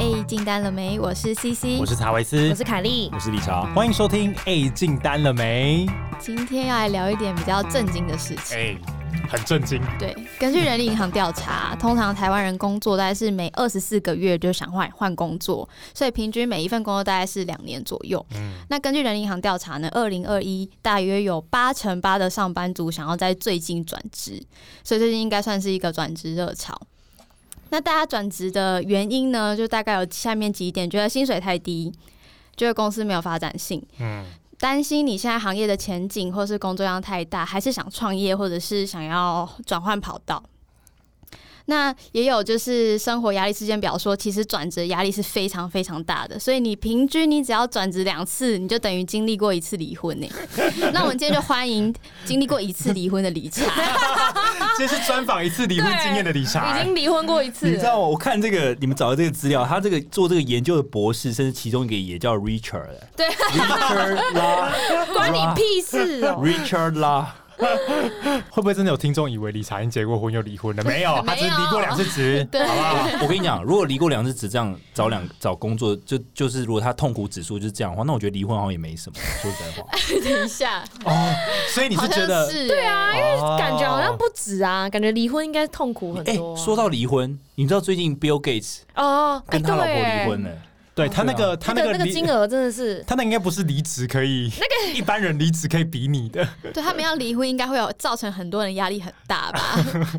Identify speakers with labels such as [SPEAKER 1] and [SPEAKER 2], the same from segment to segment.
[SPEAKER 1] 哎，进单了没？我是 CC，
[SPEAKER 2] 我是查维斯
[SPEAKER 3] 我，是凯莉，
[SPEAKER 4] 我是理查，
[SPEAKER 2] 欢迎收听。哎，进单了没？
[SPEAKER 1] 今天要来聊一点比较震惊的事情。
[SPEAKER 2] 哎，很震惊。
[SPEAKER 3] 啊
[SPEAKER 1] 对，根据人力银行调查，通常台湾人工作大概是每二十四个月就想换换工作，所以平均每一份工作大概是两年左右。
[SPEAKER 2] 嗯
[SPEAKER 1] 那根据人力银行调查呢，二零二一大约有八成八的上班族想要在最近转职，所以最近应该算是一个转职热潮。那大家转职的原因呢，就大概有下面几点：觉得薪水太低，觉得公司没有发展性，
[SPEAKER 2] 嗯，
[SPEAKER 1] 担心你现在行业的前景，或是工作量太大，还是想创业，或者是想要转换跑道。那也有就是生活压力事件表说，其实转职压力是非常非常大的，所以你平均你只要转职两次，你就等于经历过一次离婚 呢。那我们今天就欢迎经历过一次离婚的理查，
[SPEAKER 2] 这是专访一次离婚经验的理查。
[SPEAKER 3] 已经离婚过一次
[SPEAKER 4] 你 知道
[SPEAKER 3] 了。
[SPEAKER 4] 吗？我看这个你们找的这个资料，他这个做这个研究的博士，甚至其中一个也叫 Richard，
[SPEAKER 3] 对
[SPEAKER 4] ，Richard 啦
[SPEAKER 3] 关你屁事哦！
[SPEAKER 4] ，Richard 啦，
[SPEAKER 2] 会不会真的有听众以为理查已经结过婚又离婚 了？没有，他只是离过两次职。
[SPEAKER 1] 对，
[SPEAKER 4] 我跟你讲，如果离过两次只这样找两找工作，就就是如果他痛苦指数就是这样的话，那我觉得离婚好像也没什么。说实在话，
[SPEAKER 1] 等一下，
[SPEAKER 2] 哦，所以你
[SPEAKER 1] 好
[SPEAKER 2] 是觉
[SPEAKER 1] 像
[SPEAKER 2] 得
[SPEAKER 1] 是欸
[SPEAKER 3] 对啊，因为
[SPEAKER 2] 哦
[SPEAKER 3] 感觉好像不止啊，感觉离婚应该痛苦很
[SPEAKER 4] 哎、
[SPEAKER 3] 多啊。
[SPEAKER 4] 说到离婚，你知道最近 Bill Gates
[SPEAKER 3] 哦，哎
[SPEAKER 4] 跟他老婆离婚，
[SPEAKER 3] 对
[SPEAKER 4] 了、
[SPEAKER 2] 对他那个他
[SPEAKER 3] 那
[SPEAKER 2] 那
[SPEAKER 3] 个
[SPEAKER 2] 个
[SPEAKER 3] 那个
[SPEAKER 2] 离
[SPEAKER 3] 金额真的是
[SPEAKER 2] 他那应该不是离职可以，那 个一般人离职可以比拟的。
[SPEAKER 1] 对他们要离婚，应该会有造成很多人压力很大 吧？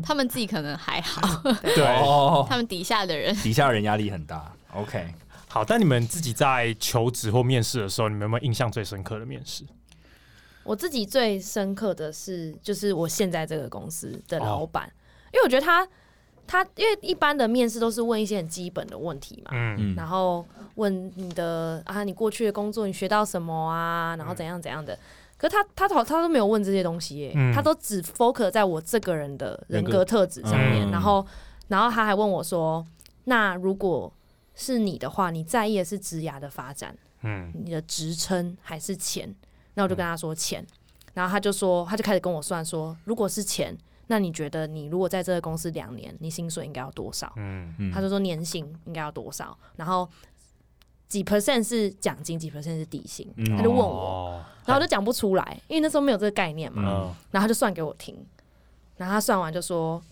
[SPEAKER 1] 他们自己可能还好，
[SPEAKER 2] 对，
[SPEAKER 4] 哦，
[SPEAKER 1] 他们底下的人
[SPEAKER 4] 底下人压力很大。OK，
[SPEAKER 2] 好，但你们自己在求职或面试的时候，你们有没有印象最深刻的面试？
[SPEAKER 3] 我自己最深刻的是，就是我现在这个公司的老板，
[SPEAKER 4] 哦
[SPEAKER 3] 因为我觉得他他因为一般的面试都是问一些很基本的问题嘛，
[SPEAKER 2] 嗯，
[SPEAKER 4] 嗯
[SPEAKER 3] 然后问你的啊，你过去的工作你学到什么啊，然后怎样怎样的。可是他他好他都没有问这些东西耶、
[SPEAKER 2] 嗯
[SPEAKER 3] 他都只 focus 在我这个人的人
[SPEAKER 4] 人格
[SPEAKER 3] 格特质上面。
[SPEAKER 2] 嗯
[SPEAKER 3] 然后然后他还问我说，那如果是你的话，你在意的是职涯的发展，
[SPEAKER 2] 嗯，
[SPEAKER 3] 你的职称还是钱？那我就跟他说钱，然后他就说他就开始跟我算说，如果是钱，那你觉得你如果在这个公司两年，你薪水应该要多少？
[SPEAKER 2] 嗯，
[SPEAKER 4] 嗯
[SPEAKER 3] 他就说年薪应该要多少，然后几 percent 是奖金，几 percent 是底薪，
[SPEAKER 4] 嗯
[SPEAKER 3] 他就问我，
[SPEAKER 2] 哦，
[SPEAKER 3] 然后我就讲不出来，因为那时候没有这个概念嘛，
[SPEAKER 2] 嗯
[SPEAKER 3] 然后他就算给我听，然后他算完就说，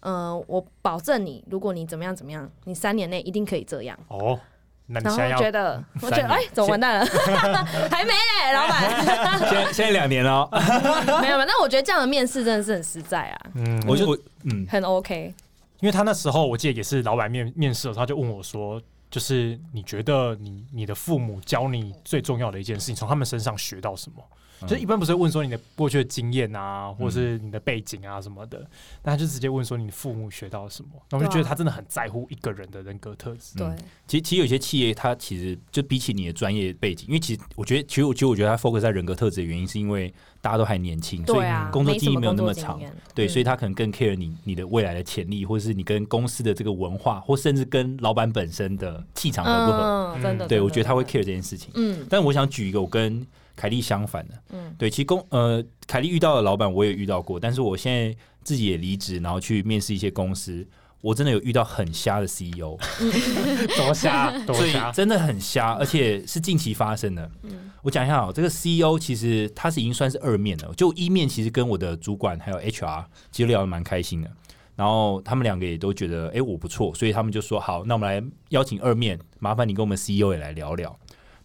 [SPEAKER 3] 嗯、我保证你，如果你怎么样怎么样，你三年内一定可以这样。
[SPEAKER 2] 哦，那你
[SPEAKER 3] 然
[SPEAKER 2] 现
[SPEAKER 3] 后
[SPEAKER 2] 在
[SPEAKER 3] 我
[SPEAKER 2] 要
[SPEAKER 3] 觉得，我觉
[SPEAKER 2] 三
[SPEAKER 3] 得
[SPEAKER 2] 年
[SPEAKER 3] 哎，怎么完蛋了？ 还没嘞，老板，
[SPEAKER 4] 嗯现在现在两年了
[SPEAKER 3] 嗯
[SPEAKER 4] 哦，
[SPEAKER 3] 没有没有。那我觉得这样的面试真的是很实在啊，
[SPEAKER 2] 嗯，
[SPEAKER 4] 我就我嗯，
[SPEAKER 3] 很 OK。
[SPEAKER 2] 因为他那时候我记得也是老板面面试的时候，他就问我说，就是你觉得你你的父母教你最重要的一件事情，从他们身上学到什么？
[SPEAKER 4] 嗯
[SPEAKER 2] 就是一般不是会问说你的过去的经验啊，或是你的背景啊什么的，那他就直接问说你父母学到了什么，然后我就觉
[SPEAKER 3] 对啊
[SPEAKER 2] 得他真的很在乎一个人的人格特
[SPEAKER 4] 嗯
[SPEAKER 2] 质。
[SPEAKER 3] 对，
[SPEAKER 4] 其实，其实有些企业它其实就比起你的专业背景，因为其实我觉得，其实我其实我觉得它 focus 在人格特质的原因，是因为大家都还年轻，所
[SPEAKER 3] 对
[SPEAKER 4] 以
[SPEAKER 3] 啊，
[SPEAKER 4] 工作
[SPEAKER 3] 没
[SPEAKER 4] 经
[SPEAKER 3] 什
[SPEAKER 4] 历
[SPEAKER 3] 么
[SPEAKER 4] 没有那
[SPEAKER 3] 工
[SPEAKER 4] 么
[SPEAKER 3] 作经
[SPEAKER 4] 长，
[SPEAKER 3] 验
[SPEAKER 4] 对，
[SPEAKER 3] 嗯
[SPEAKER 4] 所以他可能更 care 你你的未来的潜力，或是你跟公司的这个文化，或甚至跟老板本身的气场合不合。
[SPEAKER 3] 嗯，真的，
[SPEAKER 4] 对，
[SPEAKER 3] 真
[SPEAKER 4] 我
[SPEAKER 3] 的
[SPEAKER 4] 觉得他会
[SPEAKER 3] 真
[SPEAKER 4] care 这件事情。
[SPEAKER 3] 的嗯
[SPEAKER 4] 但我想举一个我跟凯莉相反的，
[SPEAKER 3] 嗯，
[SPEAKER 4] 对，其实公呃，凯莉遇到的老板我也遇到过，但是我现在自己也离职，然后去面试一些公司，我真的有遇到很瞎的 E CEO。
[SPEAKER 2] 多瞎，多
[SPEAKER 4] 所以
[SPEAKER 2] 瞎，
[SPEAKER 4] 真的很瞎，而且是近期发生的。我讲一下哦，这个 CEO 其实他是已经算是二面了，就一面其实跟我的主管还有 HR 其实聊得蛮开心的，然后他们两个也都觉得哎、诶我不错，所以他们就说好，那我们来邀请二面，麻烦你跟我们 CEO 也来聊聊。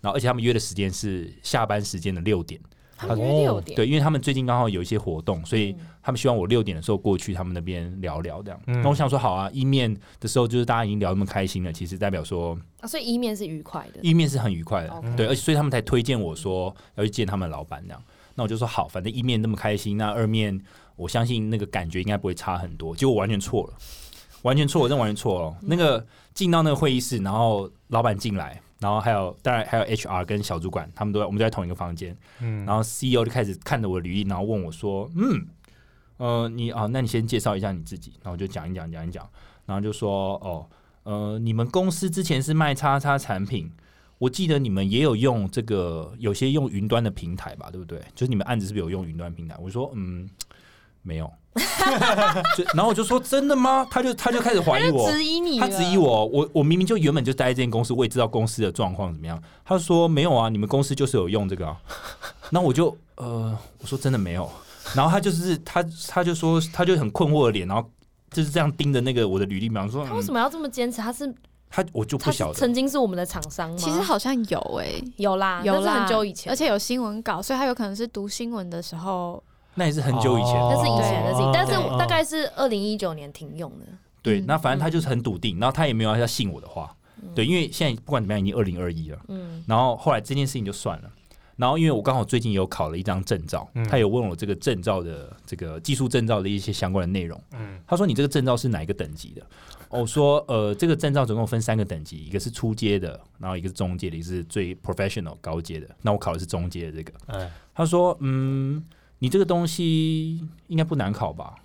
[SPEAKER 4] 然后而且他们约的时间是下班时间的六点，
[SPEAKER 3] 他们约六点，
[SPEAKER 4] 对，因为他们最近刚好有一些活动，所以他们希望我六点的时候过去他们那边聊聊这样。
[SPEAKER 2] 嗯
[SPEAKER 4] 那、我想说好啊，一面的时候就是大家已经聊那么开心了，其实代表说。
[SPEAKER 3] 啊，所以一面是愉快的，哦
[SPEAKER 4] 意面嗯是很愉快的
[SPEAKER 3] OK
[SPEAKER 4] 对，而且所以他们才推荐我说要去见他们老板这样。那我就说好，反正一面那么开心，那二面我相信那个感觉应该不会差很多。结果完全错了，完全错了，真的完全错了哦。那个进到那个会议室，然后老板进来，然后还有当然还有 HR 跟小主管，他们都在我们都在同一个房间。
[SPEAKER 2] 嗯
[SPEAKER 4] 然后 CEO 就开始看着我的履历，然后问我说：“嗯，呃，你啊，那你先介绍一下你自己。”然后我就讲一讲，讲一讲，然后就说：“哦，呃，你们公司之前是卖叉叉产品，我记得你们也有用这个，有些用云端的平台吧，对不对？就是你们案子是不是有用云端平台？”我说：“嗯，没有。” 就然后我就说真的吗？他就他就开始怀疑我，
[SPEAKER 3] 质疑你，
[SPEAKER 4] 他质疑，我，我我明明就原本就待在这间公司，我也知道公司的状况怎么样。他就说没有啊，你们公司就是有用这个、 啊。然后我就呃，我说真的没有。然后他就是他他就说他就很困惑的脸，然后就是这样盯着那个我的履历表说，
[SPEAKER 3] 他为什
[SPEAKER 4] 嗯、
[SPEAKER 3] 么要这么坚持？他是
[SPEAKER 4] 他我就不
[SPEAKER 3] 他
[SPEAKER 4] 晓
[SPEAKER 3] 是
[SPEAKER 4] 得
[SPEAKER 3] 曾经是我们的厂商吗？
[SPEAKER 1] 其实好像有哎、
[SPEAKER 3] 有啦，
[SPEAKER 1] 有
[SPEAKER 3] 但是
[SPEAKER 1] 啦，
[SPEAKER 3] 很久以前
[SPEAKER 1] 而，且有新闻稿，所以他有可能是读新闻的时候，
[SPEAKER 4] 那也是很久以前。
[SPEAKER 2] 哦
[SPEAKER 3] 那是以前的事情，但是
[SPEAKER 4] 哦
[SPEAKER 2] 对
[SPEAKER 3] 大概是二零一九年停用的。
[SPEAKER 4] 对，
[SPEAKER 1] 嗯
[SPEAKER 4] 那反正他就是很笃定，然后他也没有要信我的话，对，因为现在不管怎么样已经二零二一了，
[SPEAKER 3] 嗯，
[SPEAKER 4] 然后后来这件事情就算了。然后因为我刚好最近有考了一张证照，
[SPEAKER 2] 嗯
[SPEAKER 4] 他有问我这个证照的这个技术证照的一些相关的内容。
[SPEAKER 2] 嗯
[SPEAKER 4] 他说你这个证照是哪一个等级的？哦我说呃，这个证照总共分三个等级，一个是初阶的，然后一个是中阶的，一个是最 professional 高阶的。那我考的是中阶的这个。
[SPEAKER 2] 哎，
[SPEAKER 4] 他说嗯，你这个东西应该不难考吧？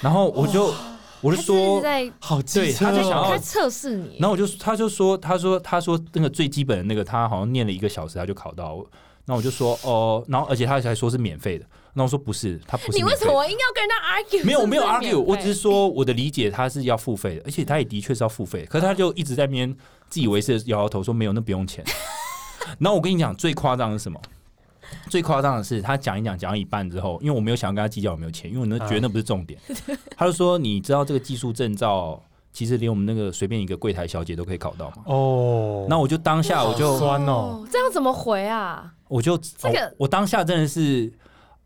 [SPEAKER 4] 然后我就我
[SPEAKER 3] 我
[SPEAKER 4] 就说
[SPEAKER 3] 在
[SPEAKER 2] 好
[SPEAKER 4] 对
[SPEAKER 2] 机车
[SPEAKER 4] 他就想
[SPEAKER 2] 哦
[SPEAKER 4] 要
[SPEAKER 3] 在测试你，
[SPEAKER 4] 然后我就他就说，他说他说那个最基本的那个，他好像念了一个小时，他就考到。那我就说哦，然后而且他还说是免费的。那我说不是，他不是。
[SPEAKER 3] 你为什？么硬要跟人家 argue？
[SPEAKER 4] 没有
[SPEAKER 3] 是
[SPEAKER 4] 我
[SPEAKER 3] 不
[SPEAKER 4] 没
[SPEAKER 3] 是
[SPEAKER 4] 有 argue，
[SPEAKER 3] 免费
[SPEAKER 4] 我只是说我的理解他是要付费的，而且他也的确是要付费，可是他就一直在那边自以为是的摇摇头说没有，那不用钱。 然后我跟你讲最夸张的是什么？最夸张的是他讲一讲讲到一半之后，因为我没有想要跟他计较有没有钱，因为我那觉得那不是重 点。他就说你知道这个技术证照，其实连我们那个随便一个柜台小姐都可以考到吗？
[SPEAKER 2] 哦，
[SPEAKER 4] 那我就当下我就
[SPEAKER 2] 酸哦，
[SPEAKER 3] 这样怎么回啊？
[SPEAKER 4] 我就
[SPEAKER 3] 这个
[SPEAKER 4] 哦我当下真的是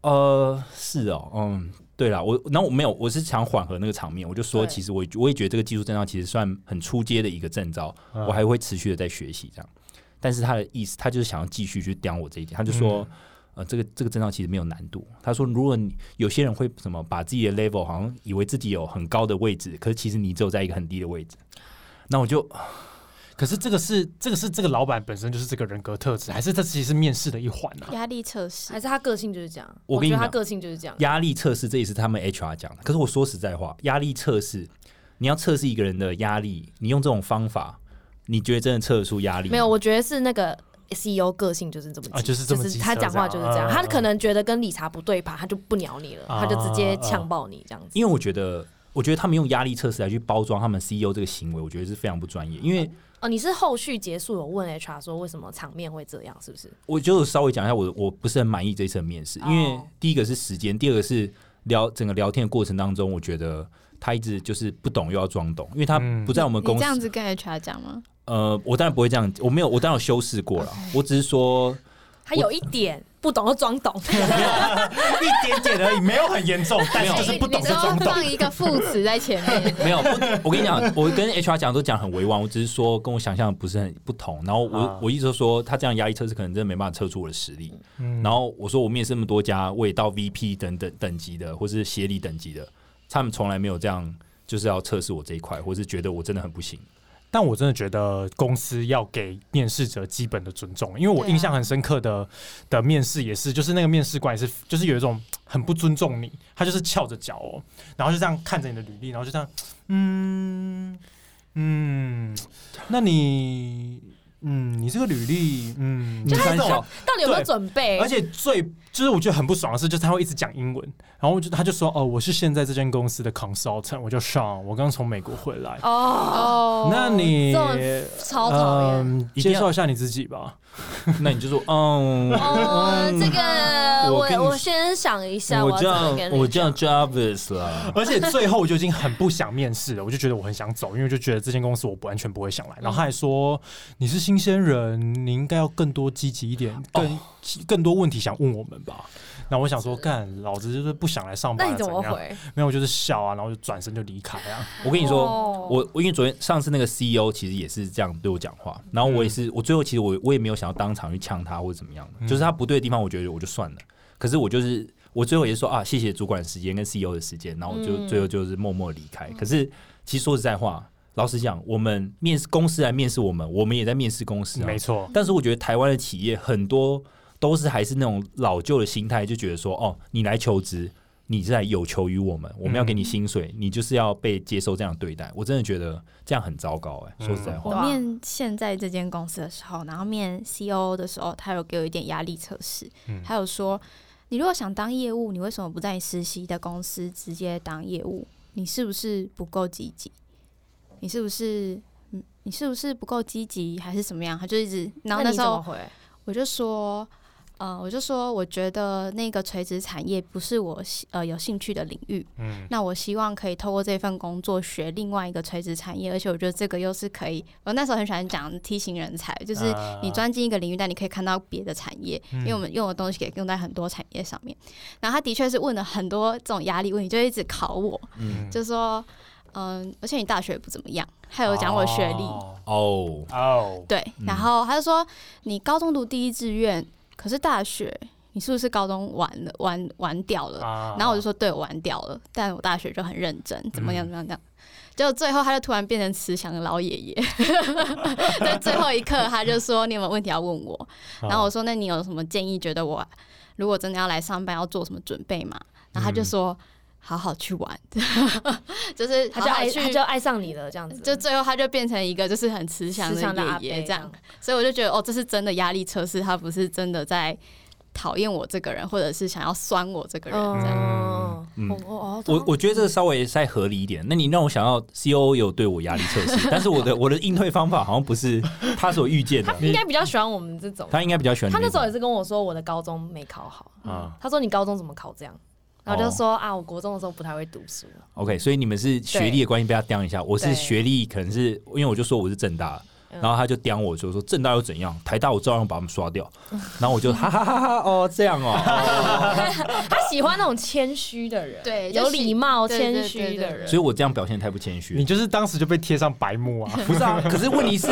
[SPEAKER 4] 呃是哦嗯对啦，我然后我没有我是想缓和那个场面，我就说
[SPEAKER 3] 对
[SPEAKER 4] 其实我我也觉得这个技术证照其实算很出阶的一个证照，
[SPEAKER 2] 嗯
[SPEAKER 4] 我还会持续的在学习这样。但是他的意思，他就是想要继续去刁我这一点，他就说。呃，这个这个证照其实没有难度。他说，如果你有些人会什么把自己的 level 好像以为自己有很高的位置，可是其实你只有在一个很低的位置。那我就
[SPEAKER 2] 可是这个是这个是这个老板本身就是这个人格特质，还是这其实是面试的一环啊？
[SPEAKER 1] 压力测试
[SPEAKER 3] 还是他个性就是这样？
[SPEAKER 4] 我
[SPEAKER 3] 我
[SPEAKER 4] 跟你
[SPEAKER 3] 觉得
[SPEAKER 4] 讲
[SPEAKER 3] 他个性就是这样。
[SPEAKER 4] 压力测试这也是他们 HR 讲的。可是我说实在话，压力测试，你要测试一个人的压力，你用这种方法，你觉得真的测得出压力吗
[SPEAKER 3] 没有，？我觉得是那个 CEO 个性就是这么
[SPEAKER 2] 啊
[SPEAKER 3] 急
[SPEAKER 2] 就是这么急
[SPEAKER 3] 他
[SPEAKER 2] 车
[SPEAKER 3] 讲
[SPEAKER 2] 这
[SPEAKER 3] 话
[SPEAKER 2] 样
[SPEAKER 3] 就是这样，
[SPEAKER 4] 嗯
[SPEAKER 2] 啊
[SPEAKER 3] 他可能觉得跟理查不对盘，他就不鸟你了，
[SPEAKER 2] 啊
[SPEAKER 3] 他就直
[SPEAKER 4] 嗯
[SPEAKER 3] 接呛爆你这样子。
[SPEAKER 4] 因为我觉得，我觉得他们用压力测试来去包装他们 CEO 这个行为，我觉得是非常不专业。因为
[SPEAKER 3] 哦，你是后续结束有问 HR 说为什么场面会这样，是不是？
[SPEAKER 4] 我就稍微讲一下我，我不是很满意这一次的面试，
[SPEAKER 3] 哦
[SPEAKER 4] 因为第一个是时间，第二个是聊整个聊天的过程当中，我觉得他一直就是不懂又要装懂，因为他
[SPEAKER 2] 嗯
[SPEAKER 4] 不在我们
[SPEAKER 1] 你
[SPEAKER 4] 公
[SPEAKER 1] 这
[SPEAKER 4] 司，
[SPEAKER 1] 样子跟 HR 讲吗？
[SPEAKER 4] 呃，我当然不会这样，我没有，我当然有修饰过了，我只是说
[SPEAKER 3] 他有一点不懂就装懂，
[SPEAKER 2] 一点点而已，没有很严重，但是就是不懂
[SPEAKER 1] 你
[SPEAKER 2] 是
[SPEAKER 1] 只要
[SPEAKER 2] 装懂
[SPEAKER 1] 放。一个副词在前面，
[SPEAKER 4] 没有，不我跟你讲，我跟 HR 讲都讲很委婉，我只是说跟我想象的不是很不同。然后我、
[SPEAKER 2] 啊
[SPEAKER 4] 我一直说他这样压力测试可能真的没办法测出我的实力。
[SPEAKER 2] 嗯
[SPEAKER 4] 然后我说我面试那么多家，我也到 VP 等等等级的，或是协理等级的，他们从来没有这样就是要测试我这一块，或是觉得我真的很不 行。
[SPEAKER 2] 但我真的觉得公司要给面试者基本的尊重，因为
[SPEAKER 1] 对
[SPEAKER 2] 我
[SPEAKER 1] 啊
[SPEAKER 2] 印象很深刻的的面试也是，就是那个面试官也是，就是有一种很不尊重你，他就是翘着脚哦，然后就这样看着你的履历，然后就这样，嗯嗯，那你嗯，你这个履历，嗯，
[SPEAKER 4] 就
[SPEAKER 2] 你
[SPEAKER 4] 他
[SPEAKER 2] 看
[SPEAKER 4] 很
[SPEAKER 2] 一下
[SPEAKER 4] 小
[SPEAKER 3] 到底有没有
[SPEAKER 2] 对
[SPEAKER 3] 准备？
[SPEAKER 2] 而且最就是我觉得很不爽的是，就是他会一直讲英文，然后我就他就说哦，我是现在这间公司的 consultant，我叫 Sean，我刚从美国回来。
[SPEAKER 3] 哦，
[SPEAKER 1] 哦
[SPEAKER 2] 那你
[SPEAKER 1] 这种超讨厌。
[SPEAKER 2] 嗯，
[SPEAKER 4] 一定
[SPEAKER 2] 介
[SPEAKER 4] 要
[SPEAKER 2] 绍一下你自己吧。
[SPEAKER 4] 那你就说，嗯，
[SPEAKER 3] 哦，这个
[SPEAKER 4] 我跟你
[SPEAKER 3] 我我先想一下，
[SPEAKER 4] 我
[SPEAKER 3] 要怎么
[SPEAKER 4] 叫
[SPEAKER 3] 跟
[SPEAKER 4] 我
[SPEAKER 3] 你
[SPEAKER 4] 叫
[SPEAKER 3] 讲。
[SPEAKER 4] Jarvis 啦。
[SPEAKER 2] 而且最后我就已经很不想面试了，我就觉得我很想走，因为就觉得这间公司我完全不会想来。然后他还说你是新鲜人，你应该要更多积极一点，
[SPEAKER 3] 哦
[SPEAKER 2] 更更多问题想问我们吧。那我想说，干，老子就是不想来上
[SPEAKER 3] 那
[SPEAKER 2] 班
[SPEAKER 3] 你
[SPEAKER 2] 啊，
[SPEAKER 3] 怎
[SPEAKER 2] 怎
[SPEAKER 3] 么
[SPEAKER 2] 样？
[SPEAKER 3] 回？
[SPEAKER 2] 没有，我就是笑啊，然后就转身就离开啊。
[SPEAKER 4] 我跟你说，
[SPEAKER 3] 哦
[SPEAKER 4] 我我因为昨天上次那个 CEO 其实也是这样对我讲话，然后我也是，我最后其实我我也没有想要当场去呛他或者怎么样的，
[SPEAKER 2] 嗯
[SPEAKER 4] 就是他不对的地方，我觉得我就算了。可是我就是我最后也是说啊，谢谢主管的时间跟 CEO 的时间，然后我就、
[SPEAKER 3] 嗯
[SPEAKER 4] 最后就是默默离开。可是其实说实在话，老实讲，我们面试公司来面试我们，我们也在面试公司、啊，
[SPEAKER 2] 没错，
[SPEAKER 4] 但是我觉得台湾的企业很多都是还是那种老旧的心态，就觉得说，哦，你来求职，你是来有求于我们，我们要给
[SPEAKER 3] 嗯
[SPEAKER 4] 你薪水，你就是要被接受这样的对待。我真的觉得这样很糟糕、哎、
[SPEAKER 2] 嗯
[SPEAKER 4] 说实在话，
[SPEAKER 3] 啊
[SPEAKER 1] 我面现在这间 E 公司的时候，然后面 COO 的时候，他有给我一点压力测试，
[SPEAKER 2] 嗯
[SPEAKER 1] 他有说。你如果想当业务，你为什么不在你实习的公司直接当业务？你是不是不够积极？你是不是嗯，你是不是不够积极，还是怎么样？他就一直，然后
[SPEAKER 3] 那
[SPEAKER 1] 那时
[SPEAKER 3] 你怎么
[SPEAKER 1] 候
[SPEAKER 3] 回？
[SPEAKER 1] 我就说，呃，我就说，我觉得那个垂直产业不是我喜呃有兴趣的领域。
[SPEAKER 2] 嗯，
[SPEAKER 1] 那我希望可以透过这份工作学另外一个垂直产业，而且我觉得这个又是可以。我那时候很喜欢讲梯形人才，就是
[SPEAKER 2] 啊
[SPEAKER 1] 你专精一个领域，但你可以看到别的产业，
[SPEAKER 2] 嗯
[SPEAKER 1] 因为我们用的东西可以用在很多产业上面。然后他的确是问了很多这种压力问题，就一直考我，
[SPEAKER 4] 嗯
[SPEAKER 1] 就说，嗯，而且你大学也不怎么样，还有讲我学历，
[SPEAKER 2] 哦
[SPEAKER 4] 哦，
[SPEAKER 2] 哦，
[SPEAKER 1] 对，然后他就说你高中读第一志愿，可是大学你是不是高中玩了玩玩掉了？
[SPEAKER 2] 啊
[SPEAKER 1] 呃然后我就说，对我玩掉了，但我大学就很认真，怎么样怎么样怎么样。结果最后他就突然变成慈祥的老爷爷，在最后一刻他就说：“你有没有问题要问我？”
[SPEAKER 2] 哦啊
[SPEAKER 1] 然后我说：“那你有什么建议？觉得我如果真的要来上班，要做什么准备吗？”然后他就说：“好好去玩， 就是
[SPEAKER 3] 他
[SPEAKER 1] 好
[SPEAKER 3] 就
[SPEAKER 1] 好
[SPEAKER 3] 爱他
[SPEAKER 1] 去。
[SPEAKER 3] 就”爱上你了，这样子，
[SPEAKER 1] 就最后他就变成一个就是很慈祥
[SPEAKER 3] 思想的阿
[SPEAKER 1] 的
[SPEAKER 3] 伯
[SPEAKER 1] 爷爷这样，，所以我就觉得哦，这是真的压力测试，他不是真的在讨厌我这个人，或者是想要酸我这个人这样。
[SPEAKER 3] 嗯，
[SPEAKER 4] 嗯
[SPEAKER 3] 哦哦，
[SPEAKER 4] 我我觉得这个稍微再合理一点。那你让我想要 C O 有对我压力测试，但是我的我的应对方法好像不是他所预见的，
[SPEAKER 3] 应该比较喜欢我们这种。
[SPEAKER 4] 他应该比较喜欢
[SPEAKER 3] 他那时候也
[SPEAKER 4] 是
[SPEAKER 3] 是跟我说，我的高中没考好，
[SPEAKER 4] 啊哦
[SPEAKER 3] 他说你高中怎么考这样？然后我就说、啊，我国中的时候不太会读书，
[SPEAKER 4] OK，所以你们是学历的关系被他刁一下，我是
[SPEAKER 3] 对
[SPEAKER 4] 学历可能是因为我就说我是正大。
[SPEAKER 3] 嗯
[SPEAKER 4] 然后他就刁我说说正大又怎样，台大我照样把他们刷掉。然后我就哈哈哈哈哦这样哦，
[SPEAKER 3] 他喜欢那种谦虚的人，
[SPEAKER 1] 对就
[SPEAKER 3] 有
[SPEAKER 1] 是
[SPEAKER 3] 礼貌、
[SPEAKER 1] 对对
[SPEAKER 3] 谦
[SPEAKER 1] 对
[SPEAKER 3] 虚的人。
[SPEAKER 4] 所以我这样表现太不谦虚
[SPEAKER 2] 哦你
[SPEAKER 4] 了。
[SPEAKER 2] 就是当时就被贴上白目啊，
[SPEAKER 4] 不是啊，可是问题 是，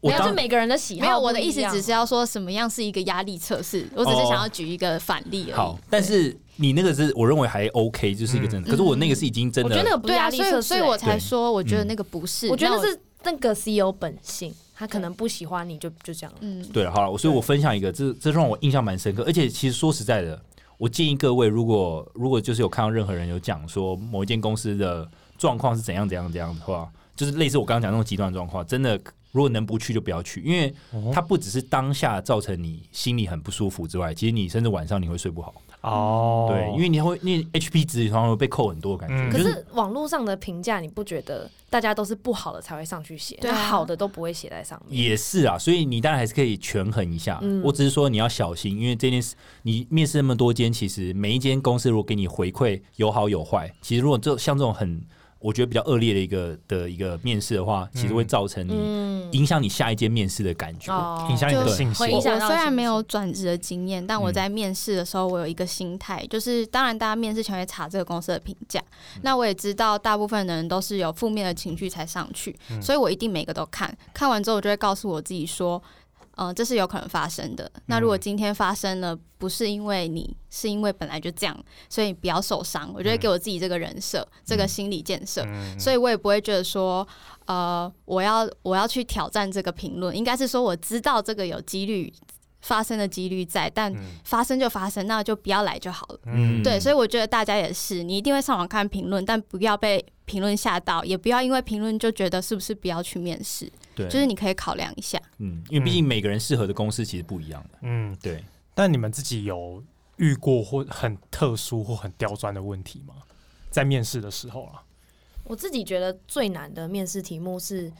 [SPEAKER 4] 我
[SPEAKER 3] 没有，
[SPEAKER 4] 当
[SPEAKER 3] 就每个人的喜好
[SPEAKER 1] 没有，
[SPEAKER 3] 不
[SPEAKER 1] 我的
[SPEAKER 3] 一
[SPEAKER 1] 意思
[SPEAKER 3] 样啊
[SPEAKER 1] 只是要说什么样是一个压力测试，我只是
[SPEAKER 4] 哦
[SPEAKER 1] 想要举一个反例而已。
[SPEAKER 4] 好，但是你那个是我认为还 OK，就是一个真的。可是我那个是已经真
[SPEAKER 3] 嗯我
[SPEAKER 4] 的，
[SPEAKER 3] 觉得那个不是
[SPEAKER 1] 对
[SPEAKER 3] 压
[SPEAKER 1] 啊，
[SPEAKER 3] 力
[SPEAKER 1] 所
[SPEAKER 3] 测
[SPEAKER 1] 以
[SPEAKER 3] 试、
[SPEAKER 1] 所以我
[SPEAKER 3] 欸
[SPEAKER 1] 才说，我觉得
[SPEAKER 4] 嗯
[SPEAKER 1] 那个不是，
[SPEAKER 3] 我觉
[SPEAKER 1] 那
[SPEAKER 3] 得是那个 CEO 本性，他可能不喜欢你就就这样了。
[SPEAKER 1] 嗯，
[SPEAKER 4] 对了，好了，所以我分享一个，这这让我印象蛮深刻。而且其实说实在的，我建议各位，如果如果就是有看到任何人有讲说某一间公司的状况是怎样怎样怎样的话，就是类似我刚刚讲那种极端的状况，真的如果能不去就不要去，因为
[SPEAKER 2] 哦
[SPEAKER 1] 嗯
[SPEAKER 4] 它不只是当下造成你心里很不舒服之外，其实你甚至晚上你会睡不好。
[SPEAKER 2] 哦，
[SPEAKER 4] 对，因为你会你 HP 值常常会被扣很多的感觉。
[SPEAKER 2] 嗯
[SPEAKER 4] 就
[SPEAKER 3] 可是网络上的评价，你不觉得大家都是不好的才会上去写，
[SPEAKER 1] 对啊
[SPEAKER 3] 那好的都不会写在上面？
[SPEAKER 4] 也是啊，所以你当然还是可以权衡一下。
[SPEAKER 3] 嗯
[SPEAKER 4] 我只是说你要小心，因为这件事你面试那么多间，其实每一间公司如果给你回馈有好有坏，其实如果这像这种很我觉得比较恶劣的一个的一个面试的话，其实会造成你、
[SPEAKER 3] 嗯，
[SPEAKER 4] 影响你下一间面试的感觉。
[SPEAKER 3] 哦
[SPEAKER 2] 影响你的
[SPEAKER 1] 就
[SPEAKER 2] 信
[SPEAKER 3] 会
[SPEAKER 1] 我
[SPEAKER 3] 影
[SPEAKER 2] 心，
[SPEAKER 3] 响
[SPEAKER 1] 我
[SPEAKER 3] 到
[SPEAKER 1] 虽然
[SPEAKER 3] 心
[SPEAKER 1] 没有
[SPEAKER 3] 情
[SPEAKER 1] 转职的经验，但我
[SPEAKER 4] 嗯
[SPEAKER 1] 在面试的时候，我有一个心态，就是当然大家面试前会查这个公司的评价，那我也知道大部分的人都是有负面的情绪才上去，所以我一定每个都看，看完之后我就会告诉我自己说。嗯、这是有可能发生的。那如果今天发生了，不是因为你，是因为本来就这样，所以不要受伤。我就会给我自己这个人设、这个心理建设，
[SPEAKER 4] 嗯
[SPEAKER 1] 所以我也不会觉得说，呃，我要我要去挑战这个评论，应该是说我知道这个有几率发生的几率在，但发生就发生，那就不要来就好了。
[SPEAKER 4] 嗯，
[SPEAKER 1] 对，所以我觉得大家也是，你一定会上网看评论，但不要被评论吓到，也不要因为评论就觉得是不是不要去面试，
[SPEAKER 4] 对，
[SPEAKER 1] 就是你可以考量一下。
[SPEAKER 4] 嗯，因为毕竟每个人适合的公司其实不一样的。
[SPEAKER 2] 嗯，
[SPEAKER 4] 对，
[SPEAKER 2] 但你们自己有遇过或很特殊或很刁钻的问题吗？在面试的时候啊，
[SPEAKER 3] 我自己觉得最难的面试题目是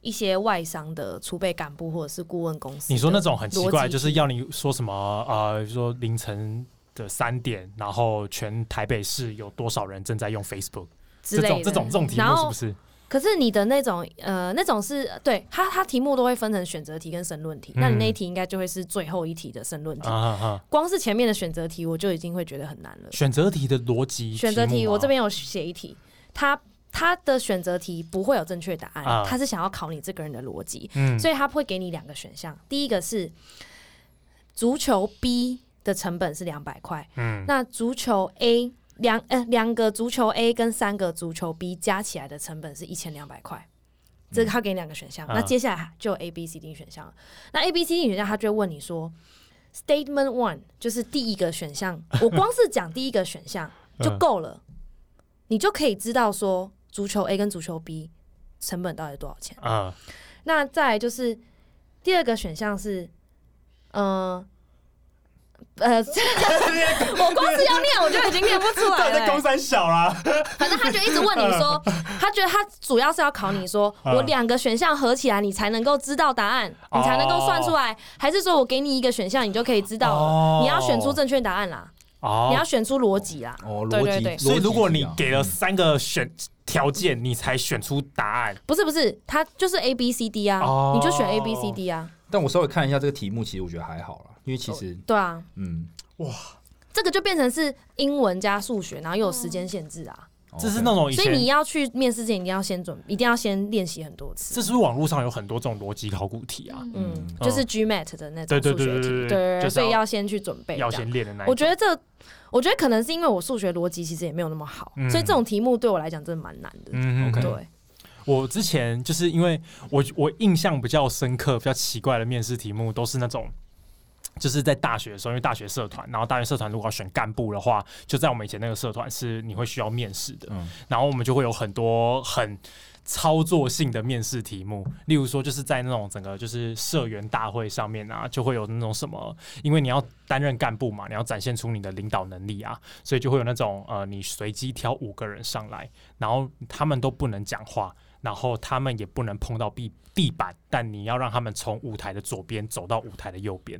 [SPEAKER 3] 一些外商的储备干部或者是顾问公司的逻辑。
[SPEAKER 2] 你说那种很奇怪，就是
[SPEAKER 3] 要。
[SPEAKER 2] 要你说什么呃，说凌晨的三点，然后全台北市有多少人正在用 Facebook
[SPEAKER 3] 之
[SPEAKER 2] 这
[SPEAKER 3] 类
[SPEAKER 2] 种
[SPEAKER 3] 的
[SPEAKER 2] 这种这种题
[SPEAKER 3] 然
[SPEAKER 2] 目是
[SPEAKER 3] 后
[SPEAKER 2] 不是？
[SPEAKER 3] 可是你的那种呃，那种是对它它题目都会分成选择题跟申论题，那你那一题应该就会是最后一题的申论题。
[SPEAKER 2] 嗯啊啊啊！
[SPEAKER 3] 光是前面的选择题，我就已经会觉得很难了。
[SPEAKER 2] 选择题的逻辑，
[SPEAKER 3] 选择题
[SPEAKER 2] 目吗啊
[SPEAKER 3] 我这边有写一题，它它的选择题不会有正确答案，
[SPEAKER 2] 啊
[SPEAKER 3] 它是想要考你这个人的逻辑，
[SPEAKER 2] 嗯
[SPEAKER 3] 所以它会给你两个选项，第一个是足球 B 的成本是两百块，
[SPEAKER 2] 嗯
[SPEAKER 3] 那足球 A 两呃两个足球 A 跟三个足球 B 加起来的成本是一千两百块。这个他给你两个选项，
[SPEAKER 2] 啊
[SPEAKER 3] 那接下来就有 A、B、C、D 选项了。那 A、B、C、D 选项，他就会问你说，Statement One 就是第一个 选项，我光是讲第一个选项
[SPEAKER 2] 嗯
[SPEAKER 3] 就够了，你就可以知道说足球 A 跟足球 B 成本到底多少钱。
[SPEAKER 2] 啊
[SPEAKER 3] 那再来就是第二个选项是，嗯、 呃，我光是要念我就已经念不出来
[SPEAKER 2] 到底
[SPEAKER 3] 了
[SPEAKER 2] 在
[SPEAKER 3] 欸
[SPEAKER 2] 公。三小啊啦，
[SPEAKER 3] 反正他就一直问你 说，他觉得他主要是要考你说，
[SPEAKER 2] 嗯哦
[SPEAKER 3] 我两个选项合起来，你才能够知道答案，你才能够算出来，还是说我给你一个选项，你就可以知道
[SPEAKER 2] 哦
[SPEAKER 3] 了？你要选出正确答案啦，
[SPEAKER 2] 哦
[SPEAKER 3] 你要选出逻辑啦。
[SPEAKER 4] 哦，
[SPEAKER 3] 对
[SPEAKER 4] 逻辑逻
[SPEAKER 3] 对对
[SPEAKER 4] 辑
[SPEAKER 2] 所以如果
[SPEAKER 4] 不一
[SPEAKER 2] 你
[SPEAKER 4] 样
[SPEAKER 2] 给了三个选条件，你才选出答案，
[SPEAKER 3] 不是不是，他就是 A B C D 啊
[SPEAKER 2] 哦，
[SPEAKER 3] 你就选 A B C D 啊，
[SPEAKER 4] 但我稍微看一下这个题目，其实我觉得还好啦，因为其实
[SPEAKER 3] 对啊，
[SPEAKER 4] 嗯，
[SPEAKER 3] 这个就变成是英文加数学，然后又有时间限制啊，
[SPEAKER 4] 哦
[SPEAKER 2] 这是那种以
[SPEAKER 3] 所以你
[SPEAKER 2] 前。
[SPEAKER 3] 要去面试之前一定要先准，一定要先练习很多次。
[SPEAKER 2] 这是不是网络上有很多这种逻辑考古题啊，
[SPEAKER 3] 嗯
[SPEAKER 4] 嗯，
[SPEAKER 3] 就是 GMAT 的那
[SPEAKER 2] 对
[SPEAKER 3] 种
[SPEAKER 2] 对
[SPEAKER 3] 数
[SPEAKER 2] 对对
[SPEAKER 3] 学题，
[SPEAKER 2] 对对
[SPEAKER 3] 对对
[SPEAKER 2] 就是
[SPEAKER 3] 对，
[SPEAKER 2] 要
[SPEAKER 3] 所以要先去准备这
[SPEAKER 2] 要
[SPEAKER 3] 样。
[SPEAKER 2] 先练的那一种。
[SPEAKER 3] 我觉得这，我觉得可能是因为我数学逻辑其实也没有那么好，
[SPEAKER 2] 嗯
[SPEAKER 3] 所以这种题目对我来讲真的蛮难的。
[SPEAKER 2] 嗯
[SPEAKER 4] OK
[SPEAKER 3] 对，
[SPEAKER 2] 我之前就是因为我我印象比较深刻、比较奇怪的面试题目都是那种。就是在大学的时候，因为大学社团，然后大学社团如果要选干部的话，就在我们以前那个社团是你会需要面试的，
[SPEAKER 4] 嗯
[SPEAKER 2] 然后我们就会有很多很操作性的面试题目，例如说就是在那种整个就是社员大会上面啊，就会有那种什么，因为你要担任干部嘛，你要展现出你的领导能力啊，所以就会有那种呃，你随机挑五个人上来，然后他们都不能讲话，然后他们也不能碰到地地板，但你要让他们从舞台的左边走到舞台的右边。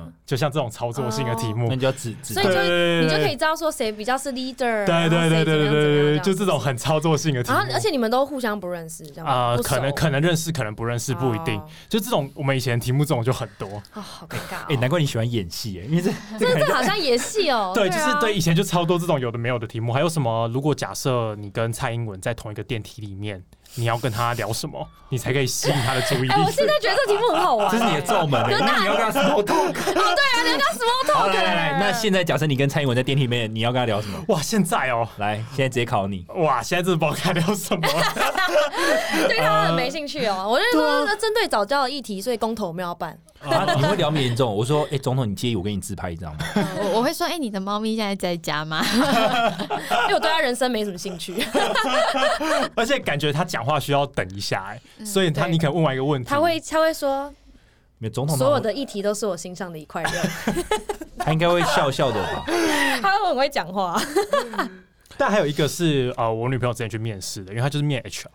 [SPEAKER 4] 嗯
[SPEAKER 2] 就像这种操作性的题目，
[SPEAKER 4] 那你就要指指
[SPEAKER 3] 所以就
[SPEAKER 2] 对对对
[SPEAKER 3] 你就可以知道说谁比较是 leader，
[SPEAKER 2] 对对对对对对对对，就这。
[SPEAKER 3] 然
[SPEAKER 2] 种
[SPEAKER 3] 后谁怎么样怎么样怎么样
[SPEAKER 2] 很操作性的题目。
[SPEAKER 3] 然后，而且你们都互相不认识，这样
[SPEAKER 2] 啊、
[SPEAKER 3] 吗不熟
[SPEAKER 2] 可能可能认识，可能不认识，不一定。
[SPEAKER 3] 哦
[SPEAKER 2] 就这种，我们以前题目这种就很多。。
[SPEAKER 3] 啊，好尴尬哦。
[SPEAKER 4] 哎，难怪你喜欢演戏耶，因为 这
[SPEAKER 3] 这这
[SPEAKER 4] 啊
[SPEAKER 3] 好像演戏哦
[SPEAKER 2] 对，就
[SPEAKER 3] 啊
[SPEAKER 2] 是对，。以前就超多这种有的没有的题目。还有什么？如果假设你跟蔡英文在同一个电梯里面，你要跟他聊什么，你才可以吸引他的注意力？
[SPEAKER 3] 哎，我现在觉得这题目很好 玩。啊
[SPEAKER 4] 这是你的罩门耶，因为你要跟他 说痛。好，来来来，那现在假设你跟蔡英文在电梯里面，你要跟他聊什么？
[SPEAKER 2] 哇，现在哦，
[SPEAKER 4] 来，现在直接考 你。
[SPEAKER 2] 哇，现在真的不知道该聊什么。
[SPEAKER 3] 对他很没兴趣哦。我就说，那针对早教的议题，所以公投没有要办。
[SPEAKER 4] 啊，你会聊民众？我说，哎，总统，你介意我给你自拍一张吗？
[SPEAKER 1] 我我会说，哎、你的猫咪现在在家吗？
[SPEAKER 3] 因为我对他人生没什么兴趣，
[SPEAKER 2] 而且感觉他讲话需要等一下、哎、所以他
[SPEAKER 3] 嗯对
[SPEAKER 2] 你可能问完一个问题，
[SPEAKER 3] 他会他会说，
[SPEAKER 4] 没有，总统
[SPEAKER 3] 所有
[SPEAKER 4] 吗？
[SPEAKER 3] 的议题都是我心上的一块肉。
[SPEAKER 4] 他应该会笑笑的 吧？
[SPEAKER 3] 他很会讲话。
[SPEAKER 2] 但还有一个是呃，我女朋友之前去面试的，因为她就是面 HR，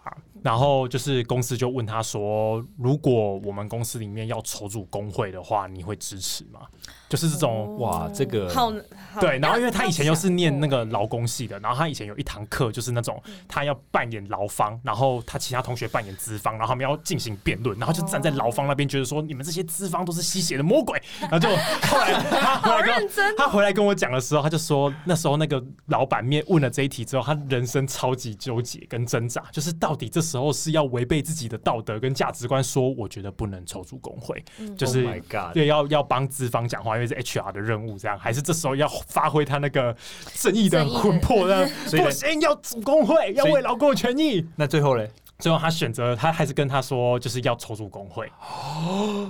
[SPEAKER 2] 然后就是公司就问她说，如果我们公司里面要筹组工会的话，你会支持吗？就是这种。
[SPEAKER 4] 哇，这个
[SPEAKER 3] 好，哦好
[SPEAKER 2] 对，然后因为她以前又是念那
[SPEAKER 3] 个，
[SPEAKER 2] 个劳工系的，然后她以前有一堂课就是那种
[SPEAKER 3] 嗯
[SPEAKER 2] 她要扮演劳方，然后她其他同学扮演资方，然后他们要进行辩
[SPEAKER 3] 哦
[SPEAKER 2] 论，然后就站在劳方那边，觉得说你们这些资方都是吸血的魔鬼，然后就后来她回
[SPEAKER 3] 好
[SPEAKER 2] 来跟我
[SPEAKER 3] 认真。哦
[SPEAKER 2] 他回来跟我讲的时候，他就说那时候那个老板面问了这一题之后，他人生超级纠结跟挣扎，就是到底这时候是要违背自己的道德跟价值观，说我觉得不能筹组工会，
[SPEAKER 3] 嗯
[SPEAKER 2] 就是
[SPEAKER 4] Oh my God
[SPEAKER 2] 对要要帮资方讲话，因为是 HR 的任务，这样还是这时候要发挥他那个正义的
[SPEAKER 3] 正义的
[SPEAKER 2] 魂 魄，这样
[SPEAKER 4] 所以
[SPEAKER 2] 不行，要组工会，要
[SPEAKER 4] 所以
[SPEAKER 2] 为劳工的权益。
[SPEAKER 4] 那最后嘞，
[SPEAKER 2] 最后他选择，他还是跟他说，就是要筹组工会，